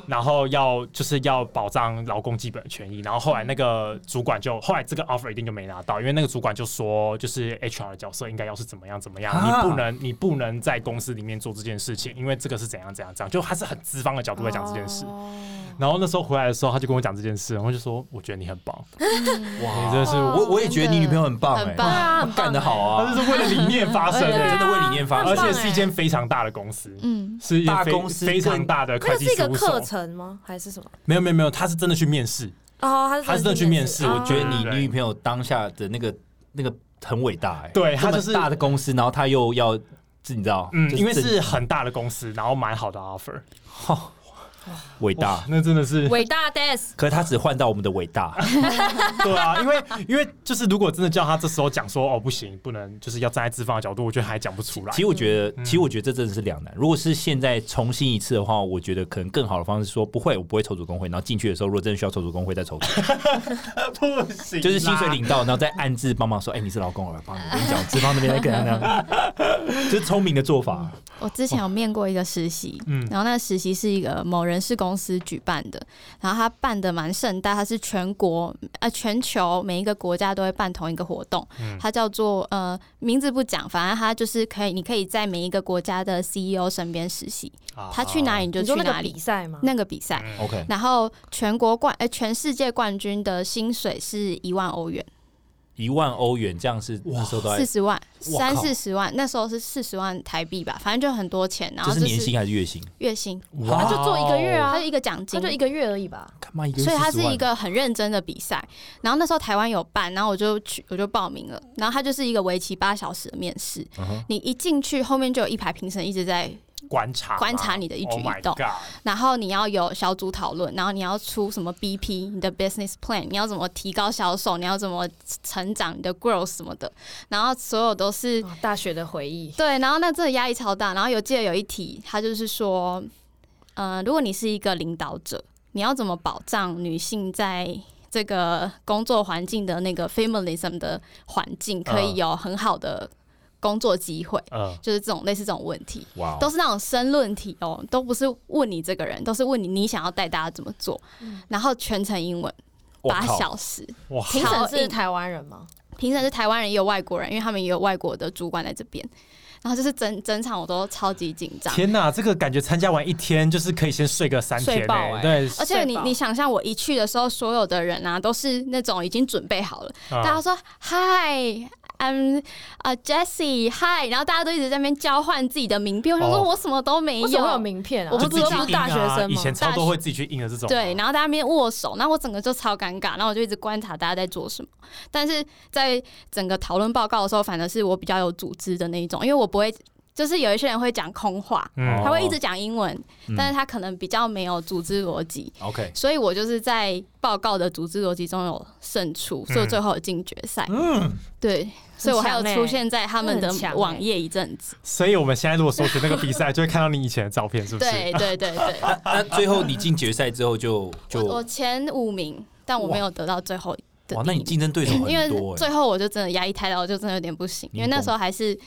[SPEAKER 2] 然后要就是要保障劳工基本权益。然后后来那个主管就，后来这个 offer 一定就没拿到，因为那个主管就说，就是 HR 的角色应该要是怎么样怎么样，
[SPEAKER 4] 啊
[SPEAKER 2] 你不能你不能在公司里面做这件事情，因为这个是怎样怎样怎样，就他是很资方的角度在讲这件事。然后那时候回来的时候，他就跟我讲这件事，然后就说，我觉得你很棒，
[SPEAKER 4] 哇
[SPEAKER 2] 你真的是，
[SPEAKER 1] 哦
[SPEAKER 4] 我我也觉得你女朋友很棒哎
[SPEAKER 1] 很，棒对
[SPEAKER 3] 啊很棒
[SPEAKER 4] 干得 好
[SPEAKER 2] 他
[SPEAKER 4] 啊，
[SPEAKER 2] 就是为了理念发声
[SPEAKER 4] 真
[SPEAKER 2] 的，
[SPEAKER 3] 哎
[SPEAKER 4] 的
[SPEAKER 2] 真
[SPEAKER 4] 真
[SPEAKER 2] 的
[SPEAKER 4] 的为理念发
[SPEAKER 2] 而
[SPEAKER 4] 声，
[SPEAKER 2] 且
[SPEAKER 3] 欸
[SPEAKER 2] 是一间非常大的公司，
[SPEAKER 1] 嗯，
[SPEAKER 2] 是一间
[SPEAKER 4] 大
[SPEAKER 2] 非
[SPEAKER 4] 公司
[SPEAKER 2] 非常
[SPEAKER 4] 跟
[SPEAKER 2] 大的
[SPEAKER 3] 那
[SPEAKER 2] 会
[SPEAKER 3] 个
[SPEAKER 2] 计
[SPEAKER 3] 是一
[SPEAKER 2] 事
[SPEAKER 3] 个
[SPEAKER 2] 务
[SPEAKER 3] 课
[SPEAKER 2] 所。
[SPEAKER 3] 程吗？还是什么？
[SPEAKER 2] 没有没有没有，他是真的去面试，
[SPEAKER 3] 哦，他是啊
[SPEAKER 2] 他是真的去面试
[SPEAKER 4] 我觉得你
[SPEAKER 2] 对
[SPEAKER 4] 你女朋友当下的那个那个很伟大哎，
[SPEAKER 2] 对她
[SPEAKER 4] 这么
[SPEAKER 2] 就是
[SPEAKER 4] 大的公司，然后她又要，这你知道，
[SPEAKER 2] 嗯，
[SPEAKER 4] 就
[SPEAKER 2] 因为
[SPEAKER 4] 这
[SPEAKER 2] 是很大的公司，然后蛮好的 offer，
[SPEAKER 4] 伟大，
[SPEAKER 2] 那真的是
[SPEAKER 3] 伟大 des
[SPEAKER 4] 可是她只换到我们的 伟大，
[SPEAKER 1] 嗯
[SPEAKER 2] 对啊，因为因为就是如果真的叫他这时候讲说哦不行，不能就是要站在资方的角度，我觉得还讲不出来
[SPEAKER 4] 其。实我觉得，其实我觉得这真的是两难。如果是现在重新一次的话，我觉得可能更好的方式是说不会，我不会筹组工会。然后进去的时候，如果真的需要筹组工会，再筹组，
[SPEAKER 2] 不行啦
[SPEAKER 4] 就是薪水领到，然后再暗自帮忙说，哎，你是劳工，我来帮你。我跟你讲，资方那边在跟他那样。这是聪明的做法。
[SPEAKER 1] 我之前有面过一个实习，
[SPEAKER 4] 哦
[SPEAKER 2] 嗯
[SPEAKER 1] 然后那个实习是一个某人事公司举办的，然后他办的蛮盛大，他是全国呃全球每一个国家都会办同一个活动，
[SPEAKER 2] 嗯
[SPEAKER 1] 它叫做呃名字不讲，反正它就是可以，你可以在每一个国家的 CEO 身边实习，
[SPEAKER 4] 啊
[SPEAKER 2] 啊
[SPEAKER 1] 他去哪里你就
[SPEAKER 3] 你
[SPEAKER 1] 去
[SPEAKER 3] 说那
[SPEAKER 1] 哪
[SPEAKER 3] 个
[SPEAKER 1] 里
[SPEAKER 3] 比。赛吗？
[SPEAKER 1] 那个比赛，
[SPEAKER 2] 嗯
[SPEAKER 4] ？OK，
[SPEAKER 1] 然后全国冠呃全世界冠军的薪水是一万欧元，
[SPEAKER 4] 一万欧元这样是那时候都在
[SPEAKER 1] 四，十万
[SPEAKER 4] 哇
[SPEAKER 1] 三
[SPEAKER 4] 靠
[SPEAKER 1] 四十万，那时候是四十万台币吧，反正就很多钱，然
[SPEAKER 4] 这
[SPEAKER 1] 后
[SPEAKER 4] 是
[SPEAKER 1] 就
[SPEAKER 4] 年薪还是月薪？
[SPEAKER 1] 月薪，
[SPEAKER 2] 哦
[SPEAKER 3] 他就做一个月啊
[SPEAKER 1] 它，就一个奖金，
[SPEAKER 3] 他就一个月而已吧。
[SPEAKER 4] 干嘛一个月40
[SPEAKER 1] 所以
[SPEAKER 4] 万？
[SPEAKER 1] 它是一个很认真的比赛。然后那时候台湾有办，然后我就去，我就报名了。然后它就是一个为期八小时的面试，
[SPEAKER 4] 嗯哼
[SPEAKER 1] 你一进去，后面就有一排评审一直在，
[SPEAKER 2] 观察
[SPEAKER 1] 观察你的一举一动
[SPEAKER 2] Oh my god
[SPEAKER 1] 然后你要有小组讨论，然后你要出什么 BP，你的 business plan，你要怎么提高销售，你要怎么成长你的 growth 什么的，然后所有都是
[SPEAKER 3] 哦大学的回忆，
[SPEAKER 1] 对，然后那真的压力超大。然后有记得有一题，他就是说，呃，如果你是一个领导者，你要怎么保障女性在这个工作环境的那个 feminism 的环境，可以
[SPEAKER 2] 嗯
[SPEAKER 1] 有很好的工作机会？
[SPEAKER 2] 嗯，
[SPEAKER 1] 就是这种类似这种问题，
[SPEAKER 4] 哇哦，
[SPEAKER 1] 都是那种申论题哦，都不是问你这个人，都是问你你想要带大家怎么做，然后全程英文，
[SPEAKER 4] 哇
[SPEAKER 1] 八
[SPEAKER 4] 靠
[SPEAKER 1] 小时。
[SPEAKER 2] 哇，
[SPEAKER 3] 评
[SPEAKER 1] 超
[SPEAKER 3] 审是
[SPEAKER 1] 硬
[SPEAKER 3] 台湾人吗？
[SPEAKER 1] 评审是台湾人，也有外国人，因为他们也有外国的主管在这边。然后就是整整场我都超级紧张，
[SPEAKER 2] 天哪，这个感觉参加完一天就是可以先睡个三天
[SPEAKER 3] 睡
[SPEAKER 2] 呢、
[SPEAKER 3] 爆欸
[SPEAKER 2] 对，
[SPEAKER 1] 而且你
[SPEAKER 3] 睡饱
[SPEAKER 1] 你想象我一去的时候，所有的人啊都是那种已经准备好了，
[SPEAKER 3] 啊
[SPEAKER 2] 嗯
[SPEAKER 1] 大家说 Hi。I'm 啊、Jessie hi，然后大家都一直在那边交换自己的名片，我想说
[SPEAKER 2] 哦
[SPEAKER 1] 我什么都没
[SPEAKER 3] 为什么会有
[SPEAKER 1] 有，
[SPEAKER 3] 名片啊？
[SPEAKER 1] 我
[SPEAKER 2] 就
[SPEAKER 1] 不
[SPEAKER 2] 自己
[SPEAKER 1] 知道
[SPEAKER 2] 印啊
[SPEAKER 3] 不是大学生
[SPEAKER 2] 以
[SPEAKER 3] 吗
[SPEAKER 2] 前？超多会自己去印的这种，
[SPEAKER 3] 哦
[SPEAKER 1] 对，，然后大家在那边握手，然后我整个就超尴尬，然后我就一直观察大家在做什么。但是在整个讨论报告的时候，反而是我比较有组织的那一种，因为我不会，就是有一些人会讲空话，
[SPEAKER 2] 嗯
[SPEAKER 1] 他会一直讲英文，
[SPEAKER 4] 哦嗯
[SPEAKER 1] 但是他可能比较没有组织逻辑，
[SPEAKER 4] OK，
[SPEAKER 1] 所以我就是在报告的组织逻辑中有胜出，
[SPEAKER 4] 嗯
[SPEAKER 1] 所以我最后有进决赛。对，所以我还有
[SPEAKER 3] 很强欸
[SPEAKER 1] 出现在他们的
[SPEAKER 3] 很强欸
[SPEAKER 1] 网页一阵子。
[SPEAKER 2] 所以我们现在如果搜寻那个比赛，就会看到你以前的照片，是不是？
[SPEAKER 1] 对对对对，
[SPEAKER 4] 那最后你进决赛之后就 就
[SPEAKER 1] 我我前五名，但我没有得到最后的
[SPEAKER 4] 哇，
[SPEAKER 1] 第
[SPEAKER 4] 那
[SPEAKER 1] 一
[SPEAKER 4] 你
[SPEAKER 1] 名，
[SPEAKER 4] 竞争对手
[SPEAKER 1] 因
[SPEAKER 4] 很
[SPEAKER 1] 为
[SPEAKER 4] 多哎、
[SPEAKER 1] 最后我就真的压力太大，我就真的有点不行，因为那时候还是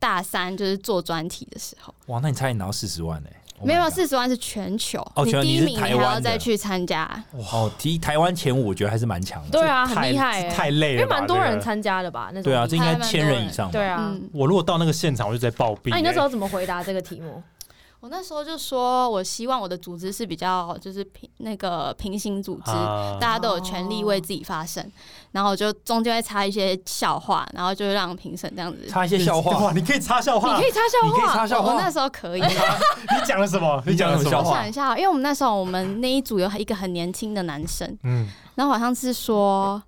[SPEAKER 1] 大三，就是做专题的时候。
[SPEAKER 4] 哇，那你差点拿到四十万哎、Oh my
[SPEAKER 1] 没有
[SPEAKER 4] God
[SPEAKER 1] 四十万是全球，
[SPEAKER 4] 哦
[SPEAKER 1] 你
[SPEAKER 4] 全球
[SPEAKER 1] 第
[SPEAKER 4] 你
[SPEAKER 1] 一
[SPEAKER 4] 是
[SPEAKER 1] 名你还
[SPEAKER 4] 台湾
[SPEAKER 1] 要
[SPEAKER 4] 的
[SPEAKER 1] 再去参加，
[SPEAKER 4] 哦，提台湾前五，我觉得还是蛮强的。
[SPEAKER 3] 对啊，
[SPEAKER 2] 太
[SPEAKER 3] 很厉害欸，
[SPEAKER 2] 太累
[SPEAKER 3] 因
[SPEAKER 2] 了吧，
[SPEAKER 3] 为蛮多人
[SPEAKER 2] 这个
[SPEAKER 3] 参加的吧？那种
[SPEAKER 4] 对啊，
[SPEAKER 3] 比
[SPEAKER 4] 这
[SPEAKER 3] 赛
[SPEAKER 4] 应该千人以上吧。
[SPEAKER 3] 对啊。
[SPEAKER 1] 嗯，
[SPEAKER 2] 我如果到那个现场，我就直接暴毙欸、
[SPEAKER 3] 那你那时候怎么回答这个题目？
[SPEAKER 1] 我那时候就说，我希望我的组织是比较就是平那个平行组织，
[SPEAKER 2] 啊
[SPEAKER 1] 大家都有权利为自己发声，然后我就中间会插一些笑话，然后就让评审这样子。
[SPEAKER 4] 插一些笑话
[SPEAKER 2] 哇，，你可以插笑话，
[SPEAKER 3] 你可以插笑
[SPEAKER 4] 你可以
[SPEAKER 3] 话，
[SPEAKER 4] 插笑
[SPEAKER 1] 我我
[SPEAKER 4] 话
[SPEAKER 1] 那，时候可以，
[SPEAKER 2] 你讲了什么？你讲了什
[SPEAKER 1] 哎我
[SPEAKER 4] 你讲了什
[SPEAKER 2] 么
[SPEAKER 4] 么？
[SPEAKER 1] 想一下，因为我们那时候我们那一组有一个很年轻的男生，
[SPEAKER 2] 嗯，
[SPEAKER 1] 然后好像是说，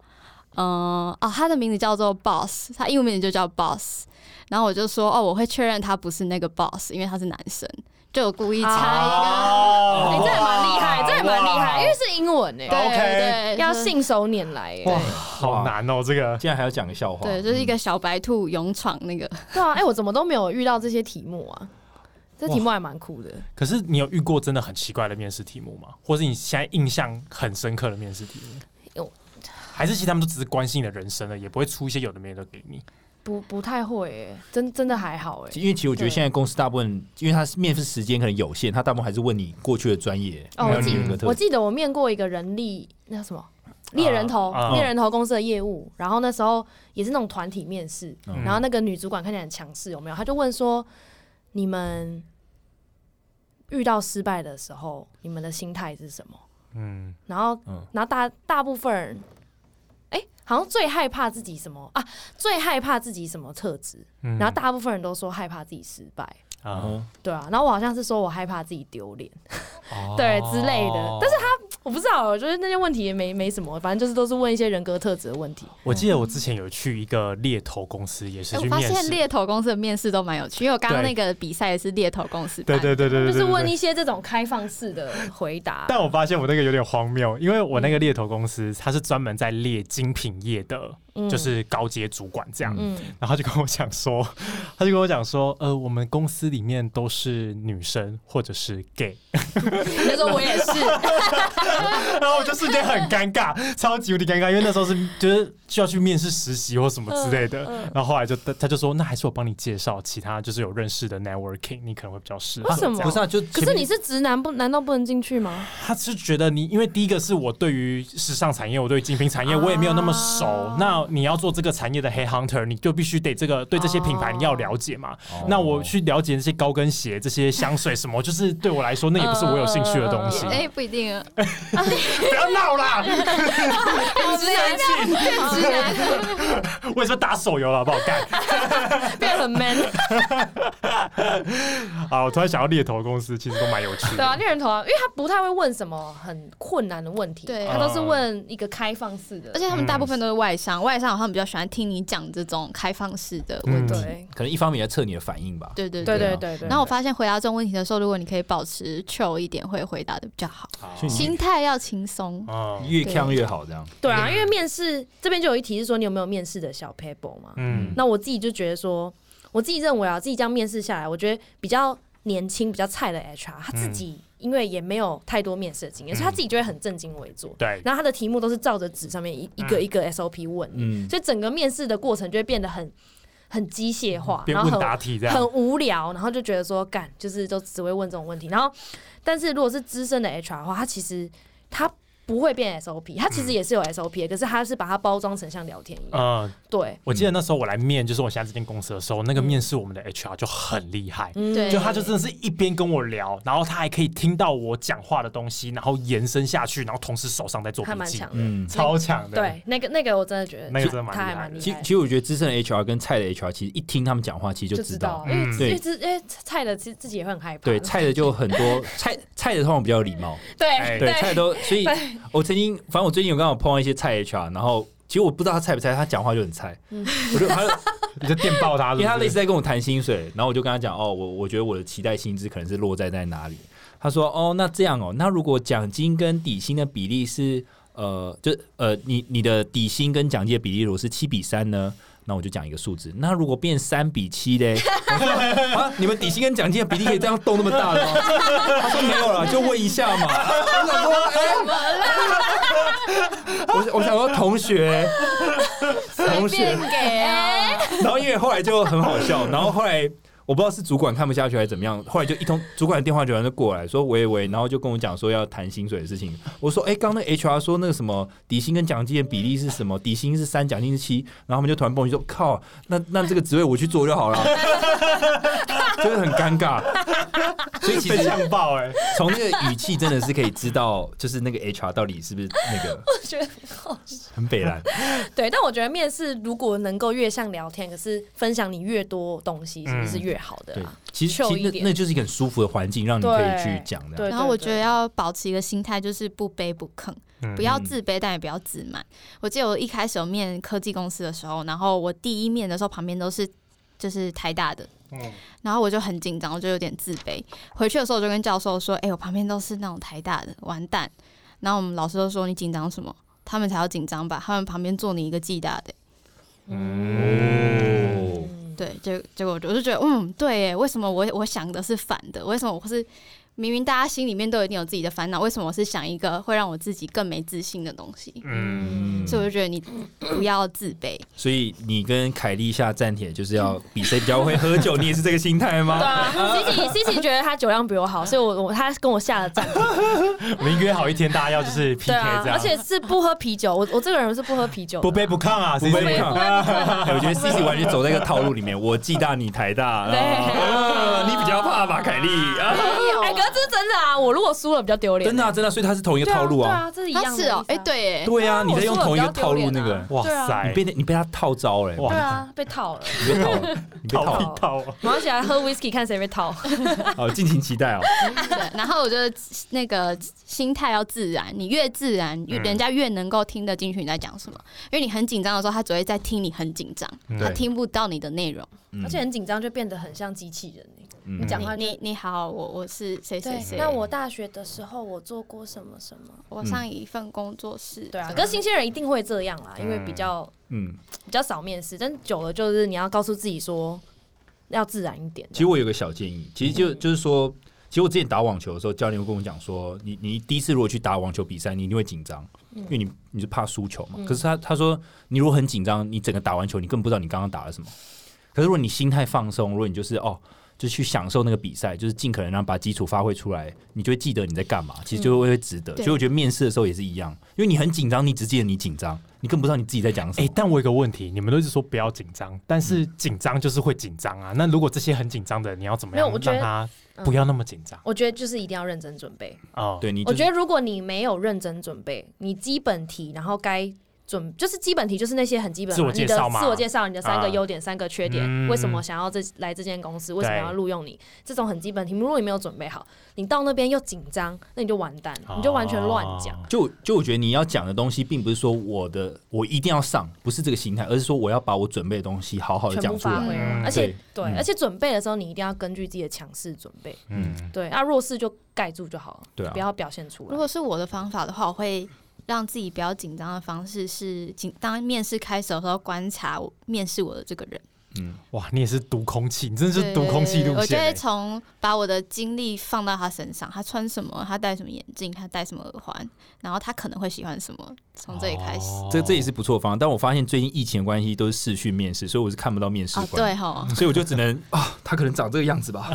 [SPEAKER 1] 嗯、哦，他的名字叫做 Boss，他英文名字就叫 Boss，然后我就说，哦，我会确认他不是那个 Boss，因为他是男生，就我故意
[SPEAKER 3] 哎
[SPEAKER 1] 插一个。
[SPEAKER 4] 啊
[SPEAKER 2] 哦
[SPEAKER 3] 哎，这也蛮厉害，
[SPEAKER 2] 哇哦
[SPEAKER 3] 这也蛮厉害，因为是英文
[SPEAKER 1] 对
[SPEAKER 3] 哎，
[SPEAKER 1] 对，
[SPEAKER 2] OK
[SPEAKER 3] 要
[SPEAKER 1] 就是
[SPEAKER 3] 信手拈来哎。
[SPEAKER 2] 哇，好难哦，这个
[SPEAKER 4] 竟然还要讲个笑话。
[SPEAKER 1] 对，就是一
[SPEAKER 2] 嗯
[SPEAKER 1] 个小白兔勇闯那个，
[SPEAKER 3] 对啊，哎，我怎么都没有遇到这些题目啊？这题目还蛮酷的。
[SPEAKER 2] 可是你有遇过真的很奇怪的面试题目吗？或是你现在印象很深刻的面试题目
[SPEAKER 3] 有？
[SPEAKER 2] 还是其实他们都只是关心你的人生了，也不会出一些有的没的给你。
[SPEAKER 3] 不不太会欸，真真的还好哎。
[SPEAKER 4] 因为其实我觉得现在公司大部分，因为他面试时间可能有限，他大部分还是问你过去的专业，
[SPEAKER 3] 哦
[SPEAKER 4] 还有
[SPEAKER 3] 我
[SPEAKER 4] 你
[SPEAKER 3] 记
[SPEAKER 4] 人格特
[SPEAKER 3] 我
[SPEAKER 4] 质。
[SPEAKER 3] 记得我面过一个人力，那叫什么猎人头
[SPEAKER 2] 啊啊，
[SPEAKER 3] 猎人头公司的业务，然后那时候也是那种团体面试，
[SPEAKER 4] 嗯
[SPEAKER 3] 然后那个女主管看起来很强势，有没有？她就问说：“你们遇到失败的时候，你们的心态是什么
[SPEAKER 2] 嗯，？”
[SPEAKER 3] 然后
[SPEAKER 4] 嗯，
[SPEAKER 3] 然后大大部分人，哎、好像最害怕自己什么啊？最害怕自己什么特质？
[SPEAKER 2] 嗯
[SPEAKER 3] 然后大部分人都说害怕自己失败，
[SPEAKER 4] 嗯
[SPEAKER 2] 啊，
[SPEAKER 4] 哼
[SPEAKER 3] 对啊。然后我好像是说我害怕自己丢脸，
[SPEAKER 2] 哦
[SPEAKER 3] 对之类的。但是他我不知道，我觉得那些问题也没没什么，反正就是都是问一些人格特质的问题。
[SPEAKER 2] 我记得我之前有去一个猎头公司，也是
[SPEAKER 1] 哎我
[SPEAKER 2] 去
[SPEAKER 1] 发
[SPEAKER 2] 面
[SPEAKER 1] 现
[SPEAKER 2] 试。
[SPEAKER 1] 猎头公司的面试都蛮有趣，因为我刚刚
[SPEAKER 2] 对
[SPEAKER 1] 那个比赛也是猎头公司
[SPEAKER 2] 对
[SPEAKER 1] 办的，
[SPEAKER 2] 对对对对，对
[SPEAKER 3] 就是问
[SPEAKER 2] 对
[SPEAKER 3] 一些这种开放式的回答，
[SPEAKER 2] 但我发现我那个有点荒谬，因为我那个猎头公司，它是专门在猎精品业的，
[SPEAKER 3] 嗯
[SPEAKER 2] 就是高阶主管这样。
[SPEAKER 3] 嗯，
[SPEAKER 2] 然后他就跟我讲说， 他就跟我讲说，呃，我们公司里面都是女生或者是 gay，
[SPEAKER 3] 他说我也是，
[SPEAKER 2] 然后我就瞬间很尴尬，超级无敌尴尬，因为那时候是就是就要去面试实习或什么之类的。
[SPEAKER 3] 嗯嗯
[SPEAKER 2] 然后后来就他他就说，那还是我帮你介绍其他就是有认识的 networking，你可能会比较适合。
[SPEAKER 3] 为什么
[SPEAKER 4] 不是啊，就前
[SPEAKER 3] 可是
[SPEAKER 4] 面
[SPEAKER 3] 你是直男不？难道不能进去吗？
[SPEAKER 2] 他是觉得你，因为第一个是我对于时尚产业，我对于精品产业
[SPEAKER 3] 啊
[SPEAKER 2] 我也没有那么熟。
[SPEAKER 3] 哦
[SPEAKER 2] 那你要做这个产业的黑 hunter，你就必须得这个对这些品牌
[SPEAKER 3] 哦
[SPEAKER 2] 你要了解嘛。
[SPEAKER 4] 哦
[SPEAKER 2] 那我去了解这些高跟鞋、这些香水什么，就是对我来说那也不是我有兴趣的东西。
[SPEAKER 3] 嗯嗯嗯
[SPEAKER 1] 哎、不一定啊，
[SPEAKER 2] 不要闹啦！
[SPEAKER 3] 直男去，
[SPEAKER 1] 直男
[SPEAKER 2] 我也是打手游了，好不好干？
[SPEAKER 3] 变很 man。
[SPEAKER 2] 啊，我突然想到猎头公司其实都蛮有趣
[SPEAKER 3] 对啊，
[SPEAKER 2] 的。
[SPEAKER 3] 猎人头啊，因为他不太会问什么很困难的问题，
[SPEAKER 1] 对
[SPEAKER 2] 啊
[SPEAKER 3] 他都
[SPEAKER 2] 哦
[SPEAKER 3] 是问一个开放式的，
[SPEAKER 1] 而且他们大部分都是外商，外商好像比较喜欢听你讲这种开放式的问题。
[SPEAKER 2] 嗯
[SPEAKER 3] 对
[SPEAKER 4] 可能一方面也在测你的反应吧。
[SPEAKER 1] 对对
[SPEAKER 3] 对
[SPEAKER 1] 对。
[SPEAKER 3] 对对对。
[SPEAKER 1] 然后我发现回答这种问题的时候，如果你可以保持 chill 一点，会回答的比较好，
[SPEAKER 2] 好
[SPEAKER 4] 所以嗯
[SPEAKER 1] 心态要轻
[SPEAKER 3] 哦
[SPEAKER 1] 松。
[SPEAKER 2] 啊，
[SPEAKER 4] 越呛越好，这样。
[SPEAKER 3] 对啊，因为面试这边就有一题是说你有没有面试的小 paper 嘛？
[SPEAKER 2] 嗯
[SPEAKER 3] 那我自己就觉得说，我自己认为啊，自己这样面试下来，我觉得比较年轻、比较菜的 HR，他
[SPEAKER 2] 嗯
[SPEAKER 3] 自己因为也没有太多面试的经验，所以他自己就会很正襟危坐。
[SPEAKER 2] 对，嗯
[SPEAKER 3] 然后他的题目都是照着纸上面一一个一个 SOP 问你，
[SPEAKER 4] 嗯，
[SPEAKER 3] 所以整个面试的过程就会变得很很机械化，
[SPEAKER 2] 边
[SPEAKER 3] 然后
[SPEAKER 2] 嗯问
[SPEAKER 3] 很
[SPEAKER 2] 答题这样
[SPEAKER 3] 很无聊，然后就觉得说干，就是都只会问这种问题。然后，但是如果是资深的 HR 的话，他其实他不会变 SOP，他其实也是有 SOP，的、可是他是把它包装成像聊天一样。
[SPEAKER 2] 嗯，
[SPEAKER 3] 对，
[SPEAKER 2] 我记得那时候我来面，就是我现在这间公司的时候，那个面试我们的 HR 就很厉害，
[SPEAKER 3] 嗯
[SPEAKER 1] 对
[SPEAKER 2] 就他就真的是一边跟我聊，然后他还可以听到我讲话的东西，然后延伸下去，然后同时手上在做笔
[SPEAKER 3] 他蛮
[SPEAKER 2] 记
[SPEAKER 3] 强，的。
[SPEAKER 4] 嗯，
[SPEAKER 2] 超强的。，
[SPEAKER 3] 对，那个那个我真的觉得
[SPEAKER 2] 那个真的蛮
[SPEAKER 3] 他还
[SPEAKER 2] 厉害
[SPEAKER 3] 蛮
[SPEAKER 2] 的
[SPEAKER 3] 厉
[SPEAKER 4] 其
[SPEAKER 3] 害的
[SPEAKER 4] 其。实我觉得资深的 HR 跟菜的 HR，其实一听他们讲话，其实
[SPEAKER 3] 就
[SPEAKER 4] 知
[SPEAKER 3] 知
[SPEAKER 4] 道
[SPEAKER 3] 道，。
[SPEAKER 2] 嗯
[SPEAKER 3] 因为因
[SPEAKER 4] 对
[SPEAKER 3] 为自因为菜的其实自己也会很害怕。
[SPEAKER 4] 对，菜的就很多，菜菜的通常比较有礼貌，
[SPEAKER 3] 对
[SPEAKER 2] 哎
[SPEAKER 4] 对，菜的都，所以我曾经，反正我最近有刚好碰到一些菜 HR，然后其实我不知道他菜不菜，他讲话就很菜，我就他就
[SPEAKER 2] 你就电爆他是不
[SPEAKER 4] 因为
[SPEAKER 2] 是，
[SPEAKER 4] 他类似在跟我谈薪水，然后我就跟他讲，哦，我我觉得我的期待薪资可能是落在在哪里。他说，哦，那这样哦，那如果奖金跟底薪的比例是，呃，就呃，你你的底薪跟奖金的比例如果是七比三呢，那我就讲一个数字。那如果变三比七 嘞，我说啊，你们底薪跟奖金的比例可以这样动那么大的吗？他说没有了，就问一下嘛。我想说，哎、 我我想说，同学，同学
[SPEAKER 1] 便。给啊，
[SPEAKER 4] 然后因为后来就很好笑，然后后来我不知道是主管看不下去还是怎么样，后来就一通主管的电话突然就过来说喂喂，然后就跟我讲说要谈薪水的事情。我说哎，刚刚那个 HR 说那个什么底薪跟奖金的比例是什么？底薪是三，奖金是七，然后他们就突然蹦一句说靠，那那这个职位我去做就好了， 就是很尴尬。所以其
[SPEAKER 2] 被
[SPEAKER 4] 实
[SPEAKER 2] 呛爆哎、
[SPEAKER 4] 从那个语气真的是可以知道，就是那个 HR 到底是不是那个
[SPEAKER 3] 我觉得
[SPEAKER 4] 很北蓝。
[SPEAKER 3] 对，但我觉得面试如果能够越像聊天，可是分享你越多东西，是不是
[SPEAKER 2] 嗯
[SPEAKER 3] 越好的
[SPEAKER 4] 对
[SPEAKER 3] 啊？，
[SPEAKER 4] 其实其
[SPEAKER 3] 秀
[SPEAKER 4] 实
[SPEAKER 3] 一
[SPEAKER 4] 那
[SPEAKER 3] 点
[SPEAKER 4] 那就是一个很舒服的环境，让你可以去讲的。
[SPEAKER 3] 对
[SPEAKER 1] 然后我觉得要保持一个心态，就是不卑不亢，
[SPEAKER 2] 嗯
[SPEAKER 1] 不要自卑，但也不要自满。我记得我一开始有面科技公司的时候，然后我第一面的时候，旁边都是就是台大的，
[SPEAKER 2] 嗯
[SPEAKER 1] 然后我就很紧张，我就有点自卑。回去的时候，我就跟教授说：“哎、我旁边都是那种台大的，完蛋。”然后我们老师都说：“你紧张什么？他们才要紧张吧？他们旁边坐你一个暨大的、
[SPEAKER 4] 哦，
[SPEAKER 1] 对，结结果我就我就觉得，嗯，对耶，为什么我我想的是反的？为什么我是明明大家心里面都一定有自己的烦恼，为什么我是想一个会让我自己更没自信的东西？
[SPEAKER 2] 嗯，
[SPEAKER 4] 嗯，
[SPEAKER 1] 所以我就觉得你不要自 卑，
[SPEAKER 4] 所以你跟凯莉下战帖就是要比谁比较会喝酒，你也是这个心态
[SPEAKER 3] 对
[SPEAKER 4] 吗？
[SPEAKER 3] 啊，Cici Cici 觉得他酒量比我好，所以我我他跟我下了战，
[SPEAKER 2] 我们约好一天，大家要就是 PK
[SPEAKER 3] 对
[SPEAKER 2] 这
[SPEAKER 3] 啊
[SPEAKER 2] 样，，
[SPEAKER 3] 而 且是不喝啤酒，我我这个人是不喝啤酒的
[SPEAKER 2] 不
[SPEAKER 3] 啊，
[SPEAKER 2] 卑不亢啊，
[SPEAKER 4] 不卑不
[SPEAKER 2] 谁谁
[SPEAKER 4] 亢哎我觉得 C C 完全走在一个套路里面，我暨大你台大，
[SPEAKER 3] 对
[SPEAKER 4] 啊你比较怕吧，凯莉啊，
[SPEAKER 3] 哎，可是这是真的啊，我如果输了比较丢脸，
[SPEAKER 4] 真的啊真的啊，所以它是同一个
[SPEAKER 3] 对啊
[SPEAKER 4] 套路
[SPEAKER 3] 对
[SPEAKER 4] 啊，
[SPEAKER 3] 啊，这是一
[SPEAKER 1] 他
[SPEAKER 3] 样的，
[SPEAKER 1] 是哦，哎、，对耶，
[SPEAKER 4] 对啊，
[SPEAKER 3] 对
[SPEAKER 4] 你
[SPEAKER 3] 啊
[SPEAKER 4] 在用同一个套路那
[SPEAKER 3] 我说
[SPEAKER 4] 个
[SPEAKER 3] 我比较丢脸啊，
[SPEAKER 2] 哇
[SPEAKER 3] 对啊
[SPEAKER 2] 塞，
[SPEAKER 4] 你被你被他套招嘞，
[SPEAKER 2] 哇
[SPEAKER 3] 对啊，被套了，
[SPEAKER 4] 你被套了，你被套
[SPEAKER 2] 套
[SPEAKER 4] 了，
[SPEAKER 2] 一 套啊，
[SPEAKER 3] 我要起来喝 whisky 看谁被套，
[SPEAKER 4] 好，敬请期待哦。
[SPEAKER 1] 对，然后我觉得那个心态要自然，你越自然，越
[SPEAKER 2] 嗯
[SPEAKER 1] 人家越能够听得进去你在讲什么。因为你很紧张的时候，他只会在听你很紧张，
[SPEAKER 2] 嗯
[SPEAKER 1] 他听不到你的内容。
[SPEAKER 4] 嗯
[SPEAKER 3] 而且很紧张就变得很像机器人，
[SPEAKER 4] 嗯
[SPEAKER 3] 你讲话就
[SPEAKER 1] 你你好，我我是谁谁
[SPEAKER 5] 对，
[SPEAKER 1] 谁，
[SPEAKER 5] 那我大学的时候我做过什么什么？
[SPEAKER 1] 我上一份工作室，
[SPEAKER 3] 对啊，可是新鲜人一定会这样啦，因为比较
[SPEAKER 4] 嗯，
[SPEAKER 3] 比较少面试，但久了就是你要告诉自己说要自然一点。嗯
[SPEAKER 4] 其实我有个小建议，其实就就是说，其实我之前打网球的时候，教练会跟我讲说，你你第一次如果去打网球比赛，你一定会紧张，
[SPEAKER 3] 嗯
[SPEAKER 4] 因为你你是怕输球嘛。可是他他说，你如果很紧张，你整个打完球，你更不知道你刚刚打了什么。可是如果你心态放松，如果你就是哦，就去享受那个比赛，就是尽可能让把基础发挥出来，你就会记得你在干嘛，
[SPEAKER 3] 嗯
[SPEAKER 4] 其实就会值得。
[SPEAKER 1] 对
[SPEAKER 4] 所以我觉得面试的时候也是一样，因为你很紧张，你只记得你紧张，你更不知道你自己在讲什
[SPEAKER 2] 哎、
[SPEAKER 4] 么。
[SPEAKER 2] 但我有个问题，你们都一直说不要紧张，但是紧张就是会紧张啊。那如果这些很紧张的人，你要怎么
[SPEAKER 3] 没有
[SPEAKER 2] 样
[SPEAKER 3] 我觉
[SPEAKER 2] 让
[SPEAKER 3] 得
[SPEAKER 2] 他
[SPEAKER 3] 嗯
[SPEAKER 2] 不要那么紧张？
[SPEAKER 3] 我觉得就是一定要认真准备。
[SPEAKER 2] 哦，
[SPEAKER 4] 对你、就
[SPEAKER 3] 我
[SPEAKER 4] 是，
[SPEAKER 3] 觉得如果你没有认真准备，你基本题，然后该准就是基本题，就是那些很基本
[SPEAKER 2] 自
[SPEAKER 3] 嘛，
[SPEAKER 2] 我介绍
[SPEAKER 3] 你
[SPEAKER 2] 嘛
[SPEAKER 3] 的自我介绍，你的三
[SPEAKER 2] 啊
[SPEAKER 3] 个优点、三个缺点，
[SPEAKER 2] 嗯
[SPEAKER 3] 为什么想要这来这间公司，为什么
[SPEAKER 2] 对
[SPEAKER 3] 要录用你，这种很基本题目，如果你没有准备好，你到那边又紧张，那你就完蛋
[SPEAKER 4] 哦
[SPEAKER 3] 了，你就完全乱讲。
[SPEAKER 2] 哦
[SPEAKER 4] 就就我觉得你要讲的东西，并不是说我的我一定要上，不是这个心态，而是说我要把我准备的东西好好的
[SPEAKER 3] 全部
[SPEAKER 4] 哦讲出来。
[SPEAKER 3] 发挥嘛，
[SPEAKER 2] 嗯
[SPEAKER 3] 而且
[SPEAKER 4] 对
[SPEAKER 3] 对，
[SPEAKER 4] 嗯
[SPEAKER 3] 而且准备的时候你一定要根据自己的强势准备，
[SPEAKER 2] 嗯，
[SPEAKER 3] 对，啊弱势就盖住就好了，
[SPEAKER 4] 对啊
[SPEAKER 3] 不要表现出 来。
[SPEAKER 1] 如果是我的方法的话，我会让自己比较紧张的方式是紧当面试开始的时候观察我面试我的这个人，
[SPEAKER 4] 嗯，
[SPEAKER 2] 哇，你也是读空气，你真的是
[SPEAKER 1] 对
[SPEAKER 2] 读空气
[SPEAKER 1] 对
[SPEAKER 2] 路
[SPEAKER 1] 我就
[SPEAKER 2] 线、
[SPEAKER 1] 会
[SPEAKER 2] 欸。
[SPEAKER 1] 从把我的精力放到他身上，他穿什么，他戴什么眼镜，他戴什么耳环，然后他可能会喜欢什么，从这里开始。
[SPEAKER 2] 哦
[SPEAKER 4] 这这也是不错的方法。但我发现最近疫情的关系都是视讯面试，所以我是看不到面试
[SPEAKER 1] 啊，
[SPEAKER 4] 官。
[SPEAKER 1] 对哈，
[SPEAKER 2] 嗯
[SPEAKER 4] 所以我就只能哦 啊，他可能长这个样子吧，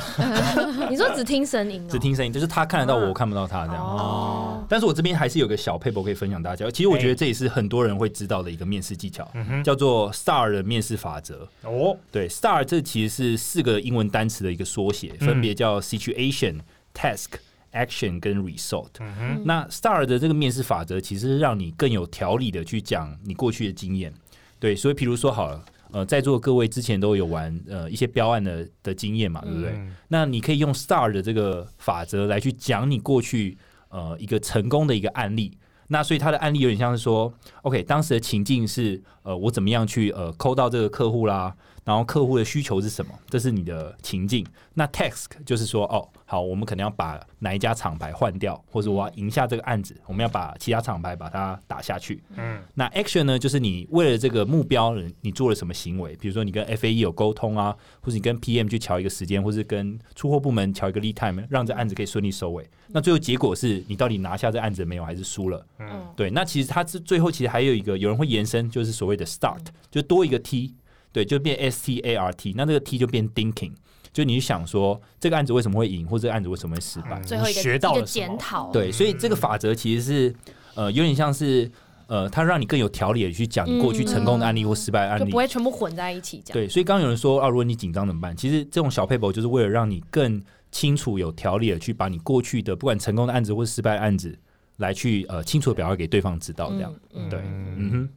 [SPEAKER 3] 你说只听声音、哦，
[SPEAKER 4] 只听声音，就是他看得到我，
[SPEAKER 3] 啊
[SPEAKER 4] 我看不到他这样。
[SPEAKER 3] 哦，
[SPEAKER 4] 但是我这边还是有个小 paper 可以分享大家。其实我觉得这也是很多人会知道的一个面试技巧，
[SPEAKER 2] 嗯哼，
[SPEAKER 4] 叫做 STAR 的面试法则。
[SPEAKER 2] 哦，
[SPEAKER 4] 对，STAR 这其实是四个英文单词的一个缩写，
[SPEAKER 2] 嗯
[SPEAKER 4] 分别叫 situation、task、action 跟 result。
[SPEAKER 2] 嗯哼，
[SPEAKER 4] 那 STAR 的这个面试法则，其实是让你更有条理的去讲你过去的经验。对，所以譬如说好了，呃，在座各位之前都有玩呃一些标案的的经验嘛，对不对？
[SPEAKER 2] 嗯
[SPEAKER 4] 那你可以用 STAR 的这个法则来去讲你过去呃一个成功的一个案例。那所以他的案例有点像是说，OK，当时的情境是呃我怎么样去呃抠到这个客户啦，然后客户的需求是什么，这是你的情境。那 task 就是说，哦，好，我们可能要把哪一家厂牌换掉，或者我要赢下这个案子，我们要把其他厂牌把它打下去。
[SPEAKER 2] 嗯，
[SPEAKER 4] 那 action 呢，就是你为了这个目标，你做了什么行为？比如说你跟 FAE 有沟通啊，或者你跟 PM 去调一个时间，或是跟出货部门调一个 lead time，让这案子可以顺利收尾。那最后结果是你到底拿下这案子没有，还是输了？
[SPEAKER 3] 嗯，
[SPEAKER 4] 对，那其实它是最后其实还有一个有人会延伸，就是所谓的 start，就多一个 t，对，就变 s t a r t，那这个 t 就变 thinking，就你去想说这个案子为什么会赢，或者这个案子为什么会失败。
[SPEAKER 2] 嗯
[SPEAKER 3] 最后一个
[SPEAKER 2] 学到
[SPEAKER 3] 一
[SPEAKER 2] 了
[SPEAKER 3] 个
[SPEAKER 2] 什么
[SPEAKER 3] 检讨，
[SPEAKER 4] 对，所以这个法则其实是呃有点像是呃，它让你更有条理的去讲你过去成功的案例或失败的
[SPEAKER 3] 就
[SPEAKER 4] 案例。
[SPEAKER 3] 不会全部混在一起讲。
[SPEAKER 4] 嗯对，所以刚刚有人说啊，如果你紧张怎么办？其实这种小 paper 就是为了让你更清楚、有条理的去把你过去的不管成功的案子或失败的案子，来去呃清楚的表达给对方知道，这样。
[SPEAKER 3] 嗯
[SPEAKER 4] 对，
[SPEAKER 2] 嗯
[SPEAKER 4] 嗯哼。